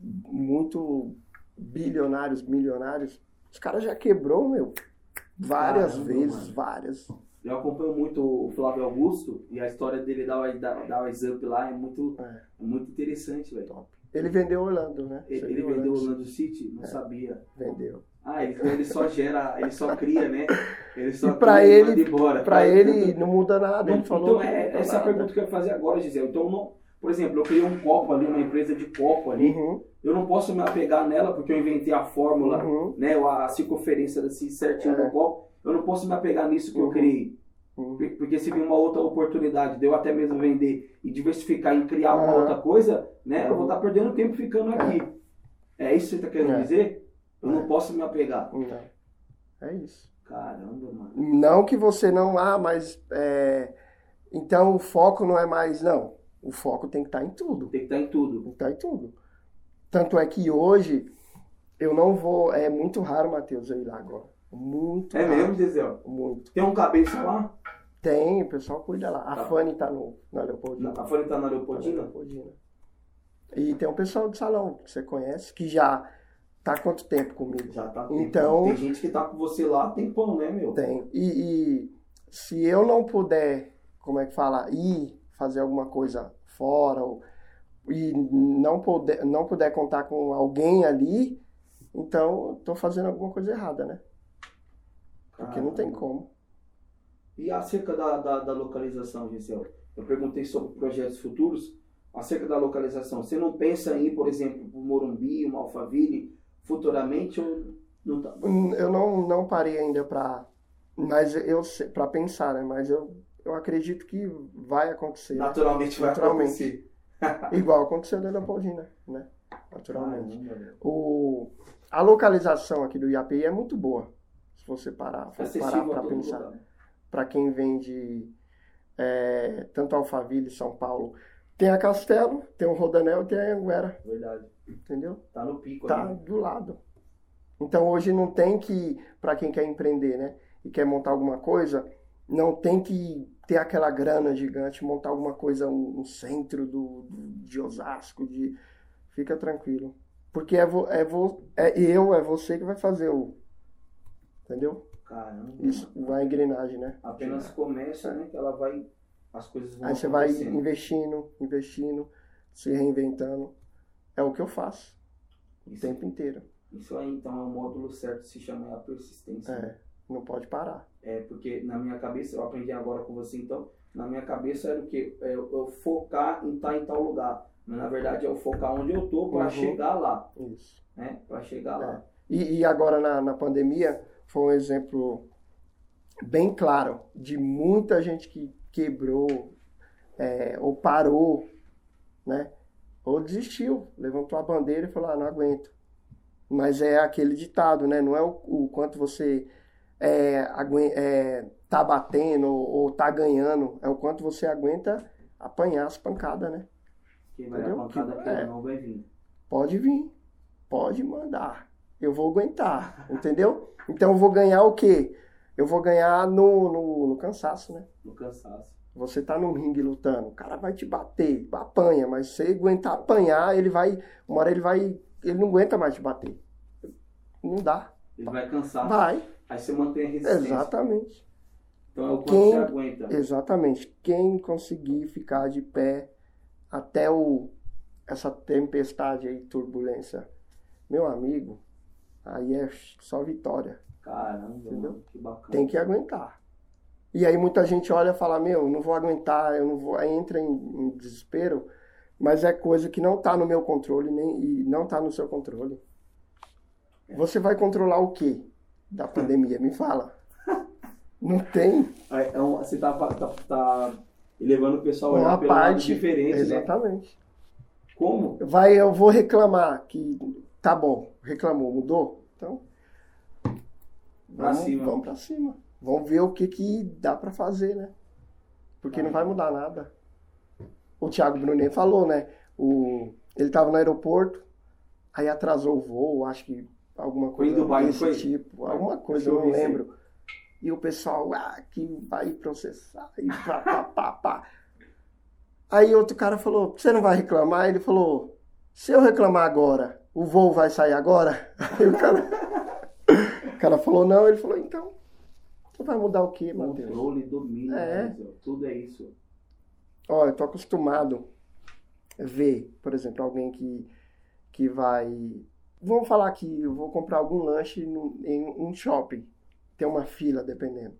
Speaker 2: muito bilionários, milionários. Os caras já quebrou, meu, várias
Speaker 1: Caramba,
Speaker 2: vezes,
Speaker 1: mano.
Speaker 2: várias.
Speaker 1: Eu acompanho muito o Flávio Augusto e a história dele da, Wise- da, da Wise Up lá é muito,
Speaker 2: É.
Speaker 1: muito interessante, velho.
Speaker 2: Top. Ele vendeu Orlando, né?
Speaker 1: Ele,
Speaker 2: Você
Speaker 1: ele
Speaker 2: viu
Speaker 1: vendeu o
Speaker 2: Orlando?
Speaker 1: Orlando City?
Speaker 2: É.
Speaker 1: Não sabia.
Speaker 2: Vendeu.
Speaker 1: Ah, ele, então ele só gera, ele só cria, né? Ele só
Speaker 2: E pra
Speaker 1: cria
Speaker 2: ele-
Speaker 1: manda embora.
Speaker 2: Pra ele não muda nada.
Speaker 1: tá Não,
Speaker 2: Ele falou.
Speaker 1: então,
Speaker 2: que tá né? não
Speaker 1: é,
Speaker 2: muda
Speaker 1: essa é a
Speaker 2: nada.
Speaker 1: pergunta que eu ia fazer agora, Gisele. Então, não, por exemplo, eu criei um copo ali, uma empresa de copo ali.
Speaker 2: Uhum,
Speaker 1: Eu não posso me apegar nela porque eu inventei a fórmula,
Speaker 2: uhum,
Speaker 1: né? ou A circunferência desse certinho
Speaker 2: É.
Speaker 1: do copo. Eu não posso me apegar nisso que
Speaker 2: Uhum.
Speaker 1: eu criei.
Speaker 2: uhum.
Speaker 1: Por- Porque se vir uma outra oportunidade de eu até mesmo vender e diversificar e criar uma
Speaker 2: Aham.
Speaker 1: outra coisa, né? Eu vou
Speaker 2: Uhum.
Speaker 1: estar perdendo tempo ficando aqui. É isso que você tá querendo
Speaker 2: É.
Speaker 1: dizer? Eu
Speaker 2: É.
Speaker 1: não posso me apegar.
Speaker 2: Não. É isso.
Speaker 1: Caramba, mano.
Speaker 2: Não que você não, ah, mas é, então o foco não é mais, não. O foco tem que estar em tudo,
Speaker 1: Tem que estar em tudo.
Speaker 2: tem que estar em Então, tudo. Tanto é que hoje eu não vou, é muito raro, Matheus, eu ir lá agora. Muito
Speaker 1: É
Speaker 2: raro,
Speaker 1: mesmo, Gisele?
Speaker 2: muito.
Speaker 1: Tem um cabeça lá?
Speaker 2: Tem, o pessoal cuida lá. A
Speaker 1: Tá.
Speaker 2: Fanny tá no, na Leopoldina.
Speaker 1: A Folha tá na
Speaker 2: Tá na
Speaker 1: Leopoldina?
Speaker 2: Leopoldina. E tem um pessoal de salão que você conhece, que já Tá há quanto tempo comigo?
Speaker 1: Já tá
Speaker 2: Então-
Speaker 1: Tem gente que tá com você lá há tempão, né, meu?
Speaker 2: Tem. E, e se eu não puder, como é que fala, ir fazer alguma coisa fora ou, e não puder, não puder contar com alguém ali, então eu tô fazendo alguma coisa errada, né? Porque não tem como.
Speaker 1: E acerca da, da, da localização, Gisel? Eu perguntei sobre projetos futuros. Acerca da localização, você não pensa em, ir, por exemplo, para Morumbi, uma Alphaville, futuramente ou não tá?
Speaker 2: Hum, Eu não, não parei ainda pra mas eu para pensar, né? Mas eu, eu acredito que vai acontecer. né?
Speaker 1: Naturalmente vai
Speaker 2: Naturalmente.
Speaker 1: acontecer.
Speaker 2: Igual aconteceu na Leopoldina, né? Naturalmente.
Speaker 1: Caramba, velho.
Speaker 2: O, a localização aqui do IAPI é muito boa. Se você parar, for parar
Speaker 1: Acessível a
Speaker 2: para
Speaker 1: todo
Speaker 2: pensar.
Speaker 1: lugar.
Speaker 2: Para quem vem de é, tanto Alphaville, São Paulo, tem a Castelo, tem o Rodanel e tem a Anguera,
Speaker 1: Verdade.
Speaker 2: entendeu?
Speaker 1: Tá no pico
Speaker 2: Tá
Speaker 1: ali.
Speaker 2: do lado. Então hoje não tem que, para quem quer empreender, né? E quer montar alguma coisa, não tem que ter aquela grana gigante, montar alguma coisa, um, um centro do, do- de Osasco, de. Fica tranquilo. Porque é, vo, é, vo, é eu, é você que vai fazer o. Entendeu?
Speaker 1: Caramba.
Speaker 2: Isso, a engrenagem, né?
Speaker 1: Apenas começa, né? Que ela vai. As coisas vão
Speaker 2: Aí você vai
Speaker 1: acontecendo.
Speaker 2: investindo, investindo, se reinventando. É o que eu faço o
Speaker 1: Isso,
Speaker 2: tempo inteiro.
Speaker 1: isso aí, então, é um módulo certo, se chama a persistência. né?
Speaker 2: É, não pode parar.
Speaker 1: É, porque na minha cabeça, eu aprendi agora com você, então, na minha cabeça era o quê? É, eu, eu focar em estar em tal lugar. Mas na verdade é eu focar onde eu tô para
Speaker 2: Uhum. É.
Speaker 1: chegar lá,
Speaker 2: Isso.
Speaker 1: né? Para chegar lá.
Speaker 2: E, e agora na, na pandemia foi um exemplo bem claro de muita gente que quebrou é, ou parou, né? Ou desistiu, levantou a bandeira e falou, ah, não aguento. Mas é aquele ditado, né? Não é o, o quanto você é, aguen- é, tá batendo ou, ou tá ganhando, é o quanto você aguenta apanhar as pancadas, né?
Speaker 1: Quem vai dar
Speaker 2: Entendeu?
Speaker 1: pancada
Speaker 2: Que-
Speaker 1: aqui
Speaker 2: é.
Speaker 1: não vai vir.
Speaker 2: Pode vir, pode mandar. Eu vou aguentar, entendeu? Então eu vou ganhar o quê? Eu vou ganhar no, no, no cansaço, né?
Speaker 1: No cansaço.
Speaker 2: Você tá no ringue lutando, o cara vai te bater, apanha, mas se você aguentar apanhar, ele vai. Uma hora ele vai. Ele não aguenta mais te bater. Não dá.
Speaker 1: Ele vai cansar.
Speaker 2: Vai.
Speaker 1: Aí você mantém a resistência.
Speaker 2: Exatamente.
Speaker 1: Então é o quanto
Speaker 2: Quem-
Speaker 1: você aguenta.
Speaker 2: Exatamente. Quem conseguir ficar de pé até o, essa tempestade aí, turbulência, meu amigo, aí é só vitória.
Speaker 1: Caramba,
Speaker 2: Entendeu?
Speaker 1: mano, que bacana.
Speaker 2: Tem que aguentar. E aí muita gente olha e fala, meu, eu não vou aguentar, eu não vou. Aí entra em, em desespero, mas é coisa que não está no meu controle nem, e não está no seu controle. Você vai controlar o quê da pandemia? Me fala. Não tem.
Speaker 1: Aí, é um- você tá, tá, tá elevando o pessoal a
Speaker 2: Uma
Speaker 1: olhar pelo lado
Speaker 2: parte,
Speaker 1: diferente, né?
Speaker 2: Exatamente.
Speaker 1: Como?
Speaker 2: Vai, eu vou reclamar que tá bom, reclamou, mudou. Então,
Speaker 1: Pra
Speaker 2: vamos,
Speaker 1: cima.
Speaker 2: vamos pra cima. Vamos ver o que que dá pra fazer, né?
Speaker 1: Tá.
Speaker 2: Porque não vai mudar nada. O Thiago Brunet falou, né? O, ele tava no aeroporto, aí atrasou o voo, acho que alguma
Speaker 1: Foi em
Speaker 2: coisa
Speaker 1: Dubai, não
Speaker 2: desse
Speaker 1: foi?
Speaker 2: tipo, alguma coisa,
Speaker 1: eu
Speaker 2: eu não
Speaker 1: vi isso aí.
Speaker 2: lembro. E o pessoal, ah, que vai processar, e pá, pá, pá, pá. Aí outro cara falou, você não vai reclamar? Ele falou, se eu reclamar agora, o voo vai sair agora? Aí o cara, o cara falou, não, ele falou, então, você vai mudar o quê, Matheus?
Speaker 1: Controle, domínio,
Speaker 2: É.
Speaker 1: né, Zé? tudo é isso.
Speaker 2: Ó, eu tô acostumado a ver, por exemplo, alguém que, que vai. Vamos falar que eu vou comprar algum lanche no- em um shopping. Tem uma fila, dependendo.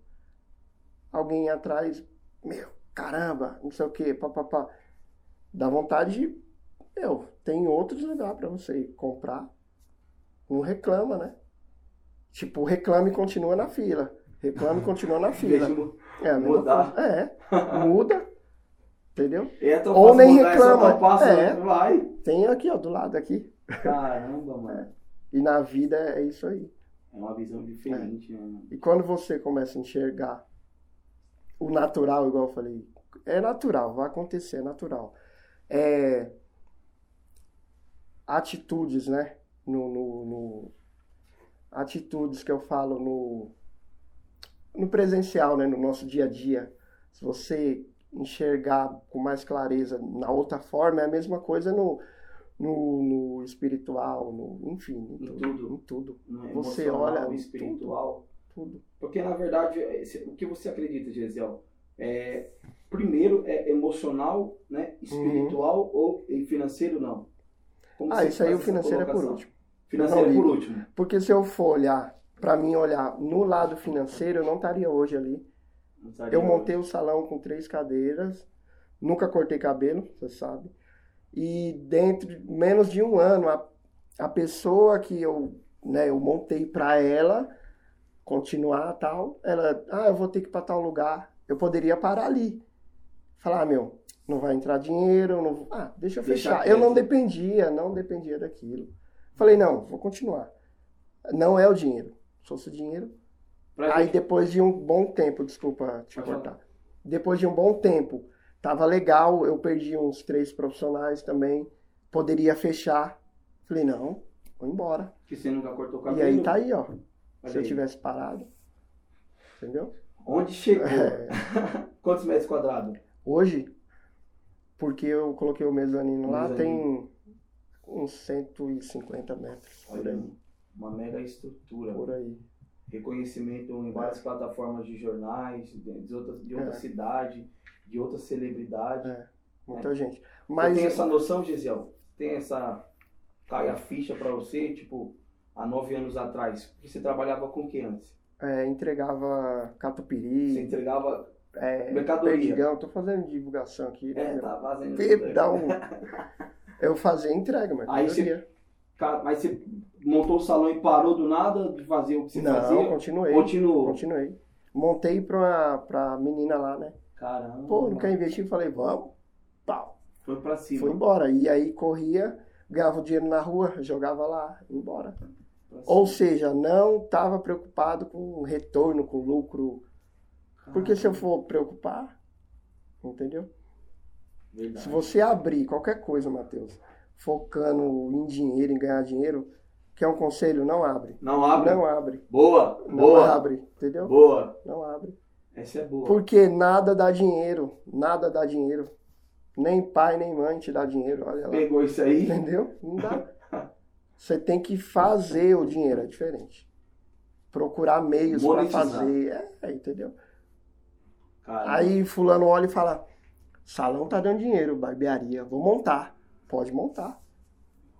Speaker 2: Alguém atrás, meu, caramba, não sei o quê, papapá. Dá vontade de. Meu, tem outros lugares pra você comprar. Não reclama, né? Tipo, reclama e continua na fila. Reclama e continua na fila.
Speaker 1: Mesmo-
Speaker 2: É, a mesma
Speaker 1: Mudar.
Speaker 2: coisa. É, muda. Entendeu?
Speaker 1: É, tão
Speaker 2: Ou
Speaker 1: fácil
Speaker 2: nem
Speaker 1: mudar, é só
Speaker 2: reclama.
Speaker 1: dar passo,
Speaker 2: É.
Speaker 1: né? Vai.
Speaker 2: Tem aqui, ó, do lado aqui.
Speaker 1: Caramba,
Speaker 2: É.
Speaker 1: mano.
Speaker 2: E na vida é isso aí.
Speaker 1: É uma visão diferente, né, mano?
Speaker 2: E quando você começa a enxergar o natural, igual eu falei, é natural, vai acontecer, é natural. É... Atitudes, né? No, no, no- Atitudes que eu falo no... no presencial, né? No nosso dia a dia. Se você enxergar com mais clareza na outra forma, é a mesma coisa no, no, no espiritual, no, enfim, em
Speaker 1: Em
Speaker 2: tudo,
Speaker 1: tudo.
Speaker 2: em tudo,
Speaker 1: né,
Speaker 2: Você
Speaker 1: emocional,
Speaker 2: olha
Speaker 1: espiritual.
Speaker 2: tudo.
Speaker 1: Porque na verdade, esse- o que você acredita, Gesiel? É, primeiro é emocional, né? Espiritual ou e financeiro não? Como
Speaker 2: Uhum. Ah,
Speaker 1: você
Speaker 2: isso
Speaker 1: faz
Speaker 2: aí o
Speaker 1: essa
Speaker 2: financeiro é por
Speaker 1: colocação?
Speaker 2: último.
Speaker 1: Financeiro é
Speaker 2: Não,
Speaker 1: por último.
Speaker 2: Porque se eu for olhar, para mim olhar no lado financeiro, eu não estaria hoje ali.
Speaker 1: Não sabia.
Speaker 2: Eu montei o salão com três cadeiras, nunca cortei cabelo, você sabe. E dentro de menos de um ano, a, a pessoa que eu, né, eu montei para ela continuar tal, ela, ah, eu vou ter que ir para tal lugar. Eu poderia parar ali. Falar, ah, meu, não vai entrar dinheiro, não... ah, deixa
Speaker 1: Deixa
Speaker 2: eu fechar.
Speaker 1: quieto.
Speaker 2: Eu não dependia, não dependia daquilo. Falei, não, vou continuar. Não é o dinheiro. Se fosse o dinheiro,
Speaker 1: Pra
Speaker 2: Aí
Speaker 1: gente-
Speaker 2: depois de um bom tempo, desculpa te
Speaker 1: Pode
Speaker 2: cortar. Depois de um bom tempo, tava legal, eu perdi uns três profissionais também, poderia fechar. Falei, não, vou embora.
Speaker 1: que você nunca cortou o
Speaker 2: E
Speaker 1: cabelo.
Speaker 2: aí tá aí, ó.
Speaker 1: olha
Speaker 2: Se eu
Speaker 1: aí.
Speaker 2: tivesse parado. Entendeu?
Speaker 1: Onde chegou?
Speaker 2: É.
Speaker 1: Quantos metros quadrados?
Speaker 2: Hoje, porque eu coloquei o mezanino lá,
Speaker 1: Mezanino.
Speaker 2: tem uns 150 metros por
Speaker 1: Olha
Speaker 2: aí.
Speaker 1: aí. Uma mega estrutura.
Speaker 2: Por aí.
Speaker 1: reconhecimento em várias plataformas de jornais, de, de outras, de outra
Speaker 2: É.
Speaker 1: cidade, de outra celebridade.
Speaker 2: É, Muita gente.
Speaker 1: Mas...
Speaker 2: Mas.
Speaker 1: Tem essa noção, Gisel? Tem essa cai a ficha pra você, tipo, há nove anos atrás? Porque você trabalhava com o que antes?
Speaker 2: é, entregava catupiry.
Speaker 1: Você entregava.
Speaker 2: É,
Speaker 1: Mercadoria.
Speaker 2: Perdigão, tô fazendo divulgação aqui. né,
Speaker 1: É,
Speaker 2: meu?
Speaker 1: tá fazendo.
Speaker 2: Pe- Dá um... Eu fazia entrega, mas
Speaker 1: Aí você
Speaker 2: mercadoria.
Speaker 1: Cara, mas você montou o salão e parou do nada de fazer o que você
Speaker 2: Não,
Speaker 1: fazia?
Speaker 2: continuei.
Speaker 1: Continuou.
Speaker 2: Continuei. Montei pra, pra menina lá, né?
Speaker 1: Caramba.
Speaker 2: Pô, não quer investir? Falei, vamos. Pau.
Speaker 1: Foi pra cima.
Speaker 2: Foi embora. E aí corria, ganhava o dinheiro na rua, jogava lá, ia embora.
Speaker 1: Pra cima.
Speaker 2: Ou seja, não tava preocupado com retorno, com lucro.
Speaker 1: Ah.
Speaker 2: Porque se eu for preocupar, entendeu?
Speaker 1: Verdade.
Speaker 2: Se você abrir qualquer coisa, Matheus, focando em dinheiro, em ganhar dinheiro, que é um conselho, não abre.
Speaker 1: Não abre.
Speaker 2: Não abre.
Speaker 1: Boa,
Speaker 2: Não
Speaker 1: boa,
Speaker 2: abre, entendeu?
Speaker 1: boa.
Speaker 2: Não abre.
Speaker 1: Essa é boa.
Speaker 2: Porque nada dá dinheiro, nada dá dinheiro. Nem pai, nem mãe te dá dinheiro, olha lá.
Speaker 1: Pegou isso aí?
Speaker 2: Entendeu? Não dá. Você tem que fazer o dinheiro, é diferente. Procurar meios para
Speaker 1: Monetizar.
Speaker 2: fazer. É, é, entendeu?
Speaker 1: Cara,
Speaker 2: Aí fulano olha e fala: salão tá dando dinheiro, barbearia, vou montar. Pode montar.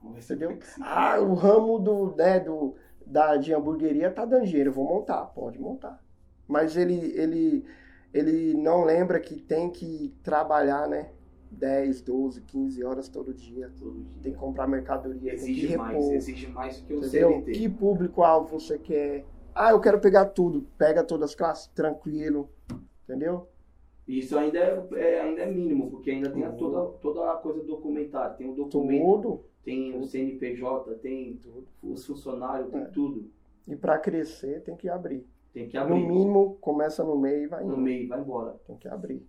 Speaker 1: vamos ver se
Speaker 2: Entendeu?
Speaker 1: pega.
Speaker 2: Ah, o ramo do, né, do, da, de hamburgueria tá dando dinheiro, eu vou montar, pode montar. Mas ele, ele, ele não lembra que tem que trabalhar, né? 10, 12, 15 horas todo dia.
Speaker 1: Todo dia.
Speaker 2: Tem que comprar mercadoria, tem que
Speaker 1: Exige mais,
Speaker 2: repor.
Speaker 1: exige mais do que um
Speaker 2: Entendeu?
Speaker 1: CLT.
Speaker 2: Que público-alvo você quer? Ah, eu quero pegar tudo. Pega todas as classes, tranquilo. Entendeu?
Speaker 1: E Isso ainda é, é- ainda é mínimo, porque ainda tem a
Speaker 2: Uhum.
Speaker 1: toda, toda a coisa documentada. Tem o documento,
Speaker 2: Tudo.
Speaker 1: tem o
Speaker 2: tudo.
Speaker 1: CNPJ, tem
Speaker 2: tudo.
Speaker 1: os funcionários, tem
Speaker 2: É.
Speaker 1: tudo.
Speaker 2: E para crescer tem que abrir.
Speaker 1: Tem que
Speaker 2: No
Speaker 1: abrir no,
Speaker 2: mínimo, começa no meio e vai indo.
Speaker 1: meio, vai embora.
Speaker 2: Tem que abrir.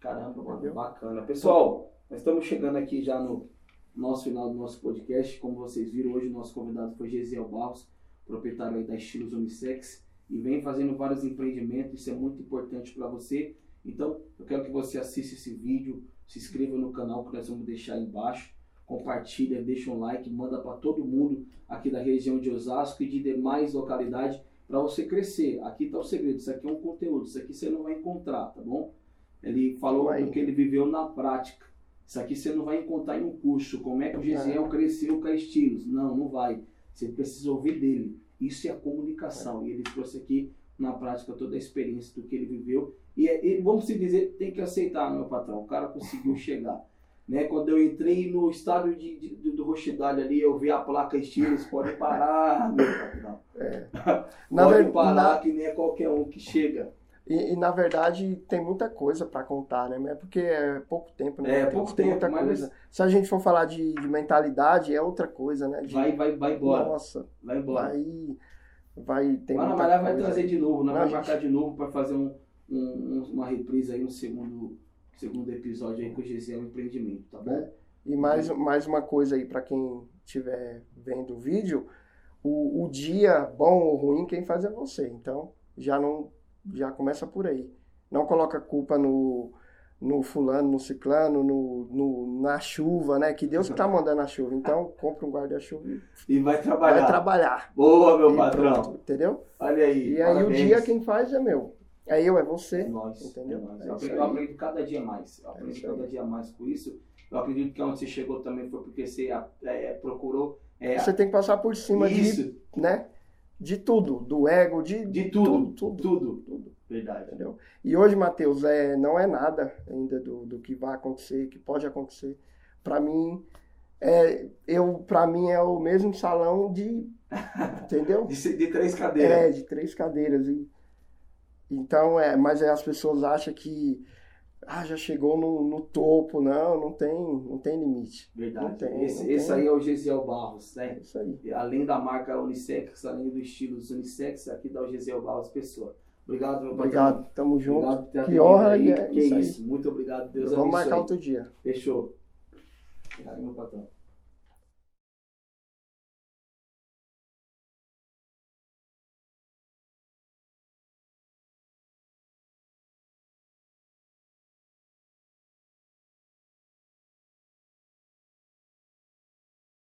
Speaker 1: Caramba, mano,
Speaker 2: Entendeu?
Speaker 1: bacana. Pessoal, nós estamos chegando aqui já no nosso final do nosso podcast. Como vocês viram, hoje o nosso convidado foi Gesiel Barros, proprietário aí da Estilos Unisex, e vem fazendo vários empreendimentos, isso é muito importante para você. Então, eu quero que você assista esse vídeo, se inscreva no canal que nós vamos deixar aí embaixo, compartilha, deixa um like, manda para todo mundo aqui da região de Osasco e de demais localidades para você crescer. Aqui tá o segredo, isso aqui é um conteúdo, isso aqui você não vai encontrar, tá bom? Ele falou
Speaker 2: Aí.
Speaker 1: do que ele viveu na prática. Isso aqui você não vai encontrar em um curso. Como é que o Gesiel cresceu com a Estilos? Não, não vai. Você precisa ouvir dele. Isso é a comunicação. E ele trouxe aqui na prática toda a experiência do que ele viveu. E, é- e vamos se dizer, tem que aceitar, meu patrão. O cara conseguiu chegar. Né? Quando eu entrei no estádio de, de- do, do Rochidale ali, eu vi a placa Estilos, pode parar, meu patrão.
Speaker 2: Na,
Speaker 1: pode
Speaker 2: ver-
Speaker 1: parar,
Speaker 2: na-
Speaker 1: que nem é qualquer um que chega.
Speaker 2: E, e, na verdade tem muita coisa para contar, né? É Porque é pouco tempo, né?
Speaker 1: É,
Speaker 2: Tem-
Speaker 1: pouco
Speaker 2: tem
Speaker 1: tempo,
Speaker 2: muita
Speaker 1: mas-
Speaker 2: coisa. Se a gente for falar de, de mentalidade, é outra coisa, né? De,
Speaker 1: Vai, vai, vai embora.
Speaker 2: Nossa,
Speaker 1: Vai embora.
Speaker 2: vai, vai, tem
Speaker 1: Mas na
Speaker 2: muita
Speaker 1: Malha vai
Speaker 2: coisa.
Speaker 1: trazer de novo, né?
Speaker 2: Não,
Speaker 1: vai
Speaker 2: gente.
Speaker 1: marcar de novo para fazer um, um- um- uma reprise aí, um segundo, segundo episódio aí com o Gesiel Empreendimento, tá bom?
Speaker 2: E mais, mais uma coisa aí para quem estiver vendo o vídeo, o, o dia bom ou ruim quem faz é você. Então já não já começa por aí. Não coloca culpa no no fulano, no ciclano, no, no- na chuva, né? Que Deus que tá mandando a chuva. Então, compra um guarda-chuva e
Speaker 1: E vai trabalhar.
Speaker 2: vai trabalhar.
Speaker 1: Boa, meu
Speaker 2: E
Speaker 1: patrão.
Speaker 2: pronto, entendeu?
Speaker 1: Olha aí.
Speaker 2: E aí o
Speaker 1: parabéns.
Speaker 2: dia quem faz é meu. É eu, é você.
Speaker 1: É nós,
Speaker 2: Entendeu?
Speaker 1: é nós.
Speaker 2: É
Speaker 1: eu,
Speaker 2: isso
Speaker 1: aprendo,
Speaker 2: aí.
Speaker 1: eu aprendo cada dia mais. Eu
Speaker 2: É
Speaker 1: aprendo
Speaker 2: isso aí.
Speaker 1: cada dia mais com isso. Eu acredito que onde você chegou também foi porque você a- é, procurou é,
Speaker 2: Você tem que passar por cima de,
Speaker 1: isso,
Speaker 2: né? De tudo, do ego, de,
Speaker 1: de tudo,
Speaker 2: tudo, tudo.
Speaker 1: tudo.
Speaker 2: tudo.
Speaker 1: Verdade.
Speaker 2: Entendeu? E hoje, Matheus, é, não é nada ainda do, do que vai acontecer, que pode acontecer. Para mim, é, eu, para mim é o mesmo salão de, entendeu?
Speaker 1: De, se- de três cadeiras.
Speaker 2: É, de três cadeiras. E, então, é, mas é, as pessoas acham que ah, já chegou no, no topo, não, não tem, não tem limite.
Speaker 1: Verdade.
Speaker 2: Não tem,
Speaker 1: esse,
Speaker 2: não tem.
Speaker 1: esse aí é o Gesiel Barros,
Speaker 2: É
Speaker 1: né?
Speaker 2: isso aí.
Speaker 1: E Além da marca Unissex, além do estilo dos Unissex, aqui dá o Gesiel Barros Pessoa. Obrigado, meu patrão.
Speaker 2: Obrigado, tamo junto.
Speaker 1: Obrigado por ter
Speaker 2: Que
Speaker 1: atendido
Speaker 2: honra,
Speaker 1: aí.
Speaker 2: e é
Speaker 1: Que
Speaker 2: isso aí.
Speaker 1: isso. Muito obrigado. Deus
Speaker 2: Vamos um
Speaker 1: abençoe.
Speaker 2: marcar outro dia.
Speaker 1: Fechou. Obrigado, meu patrão.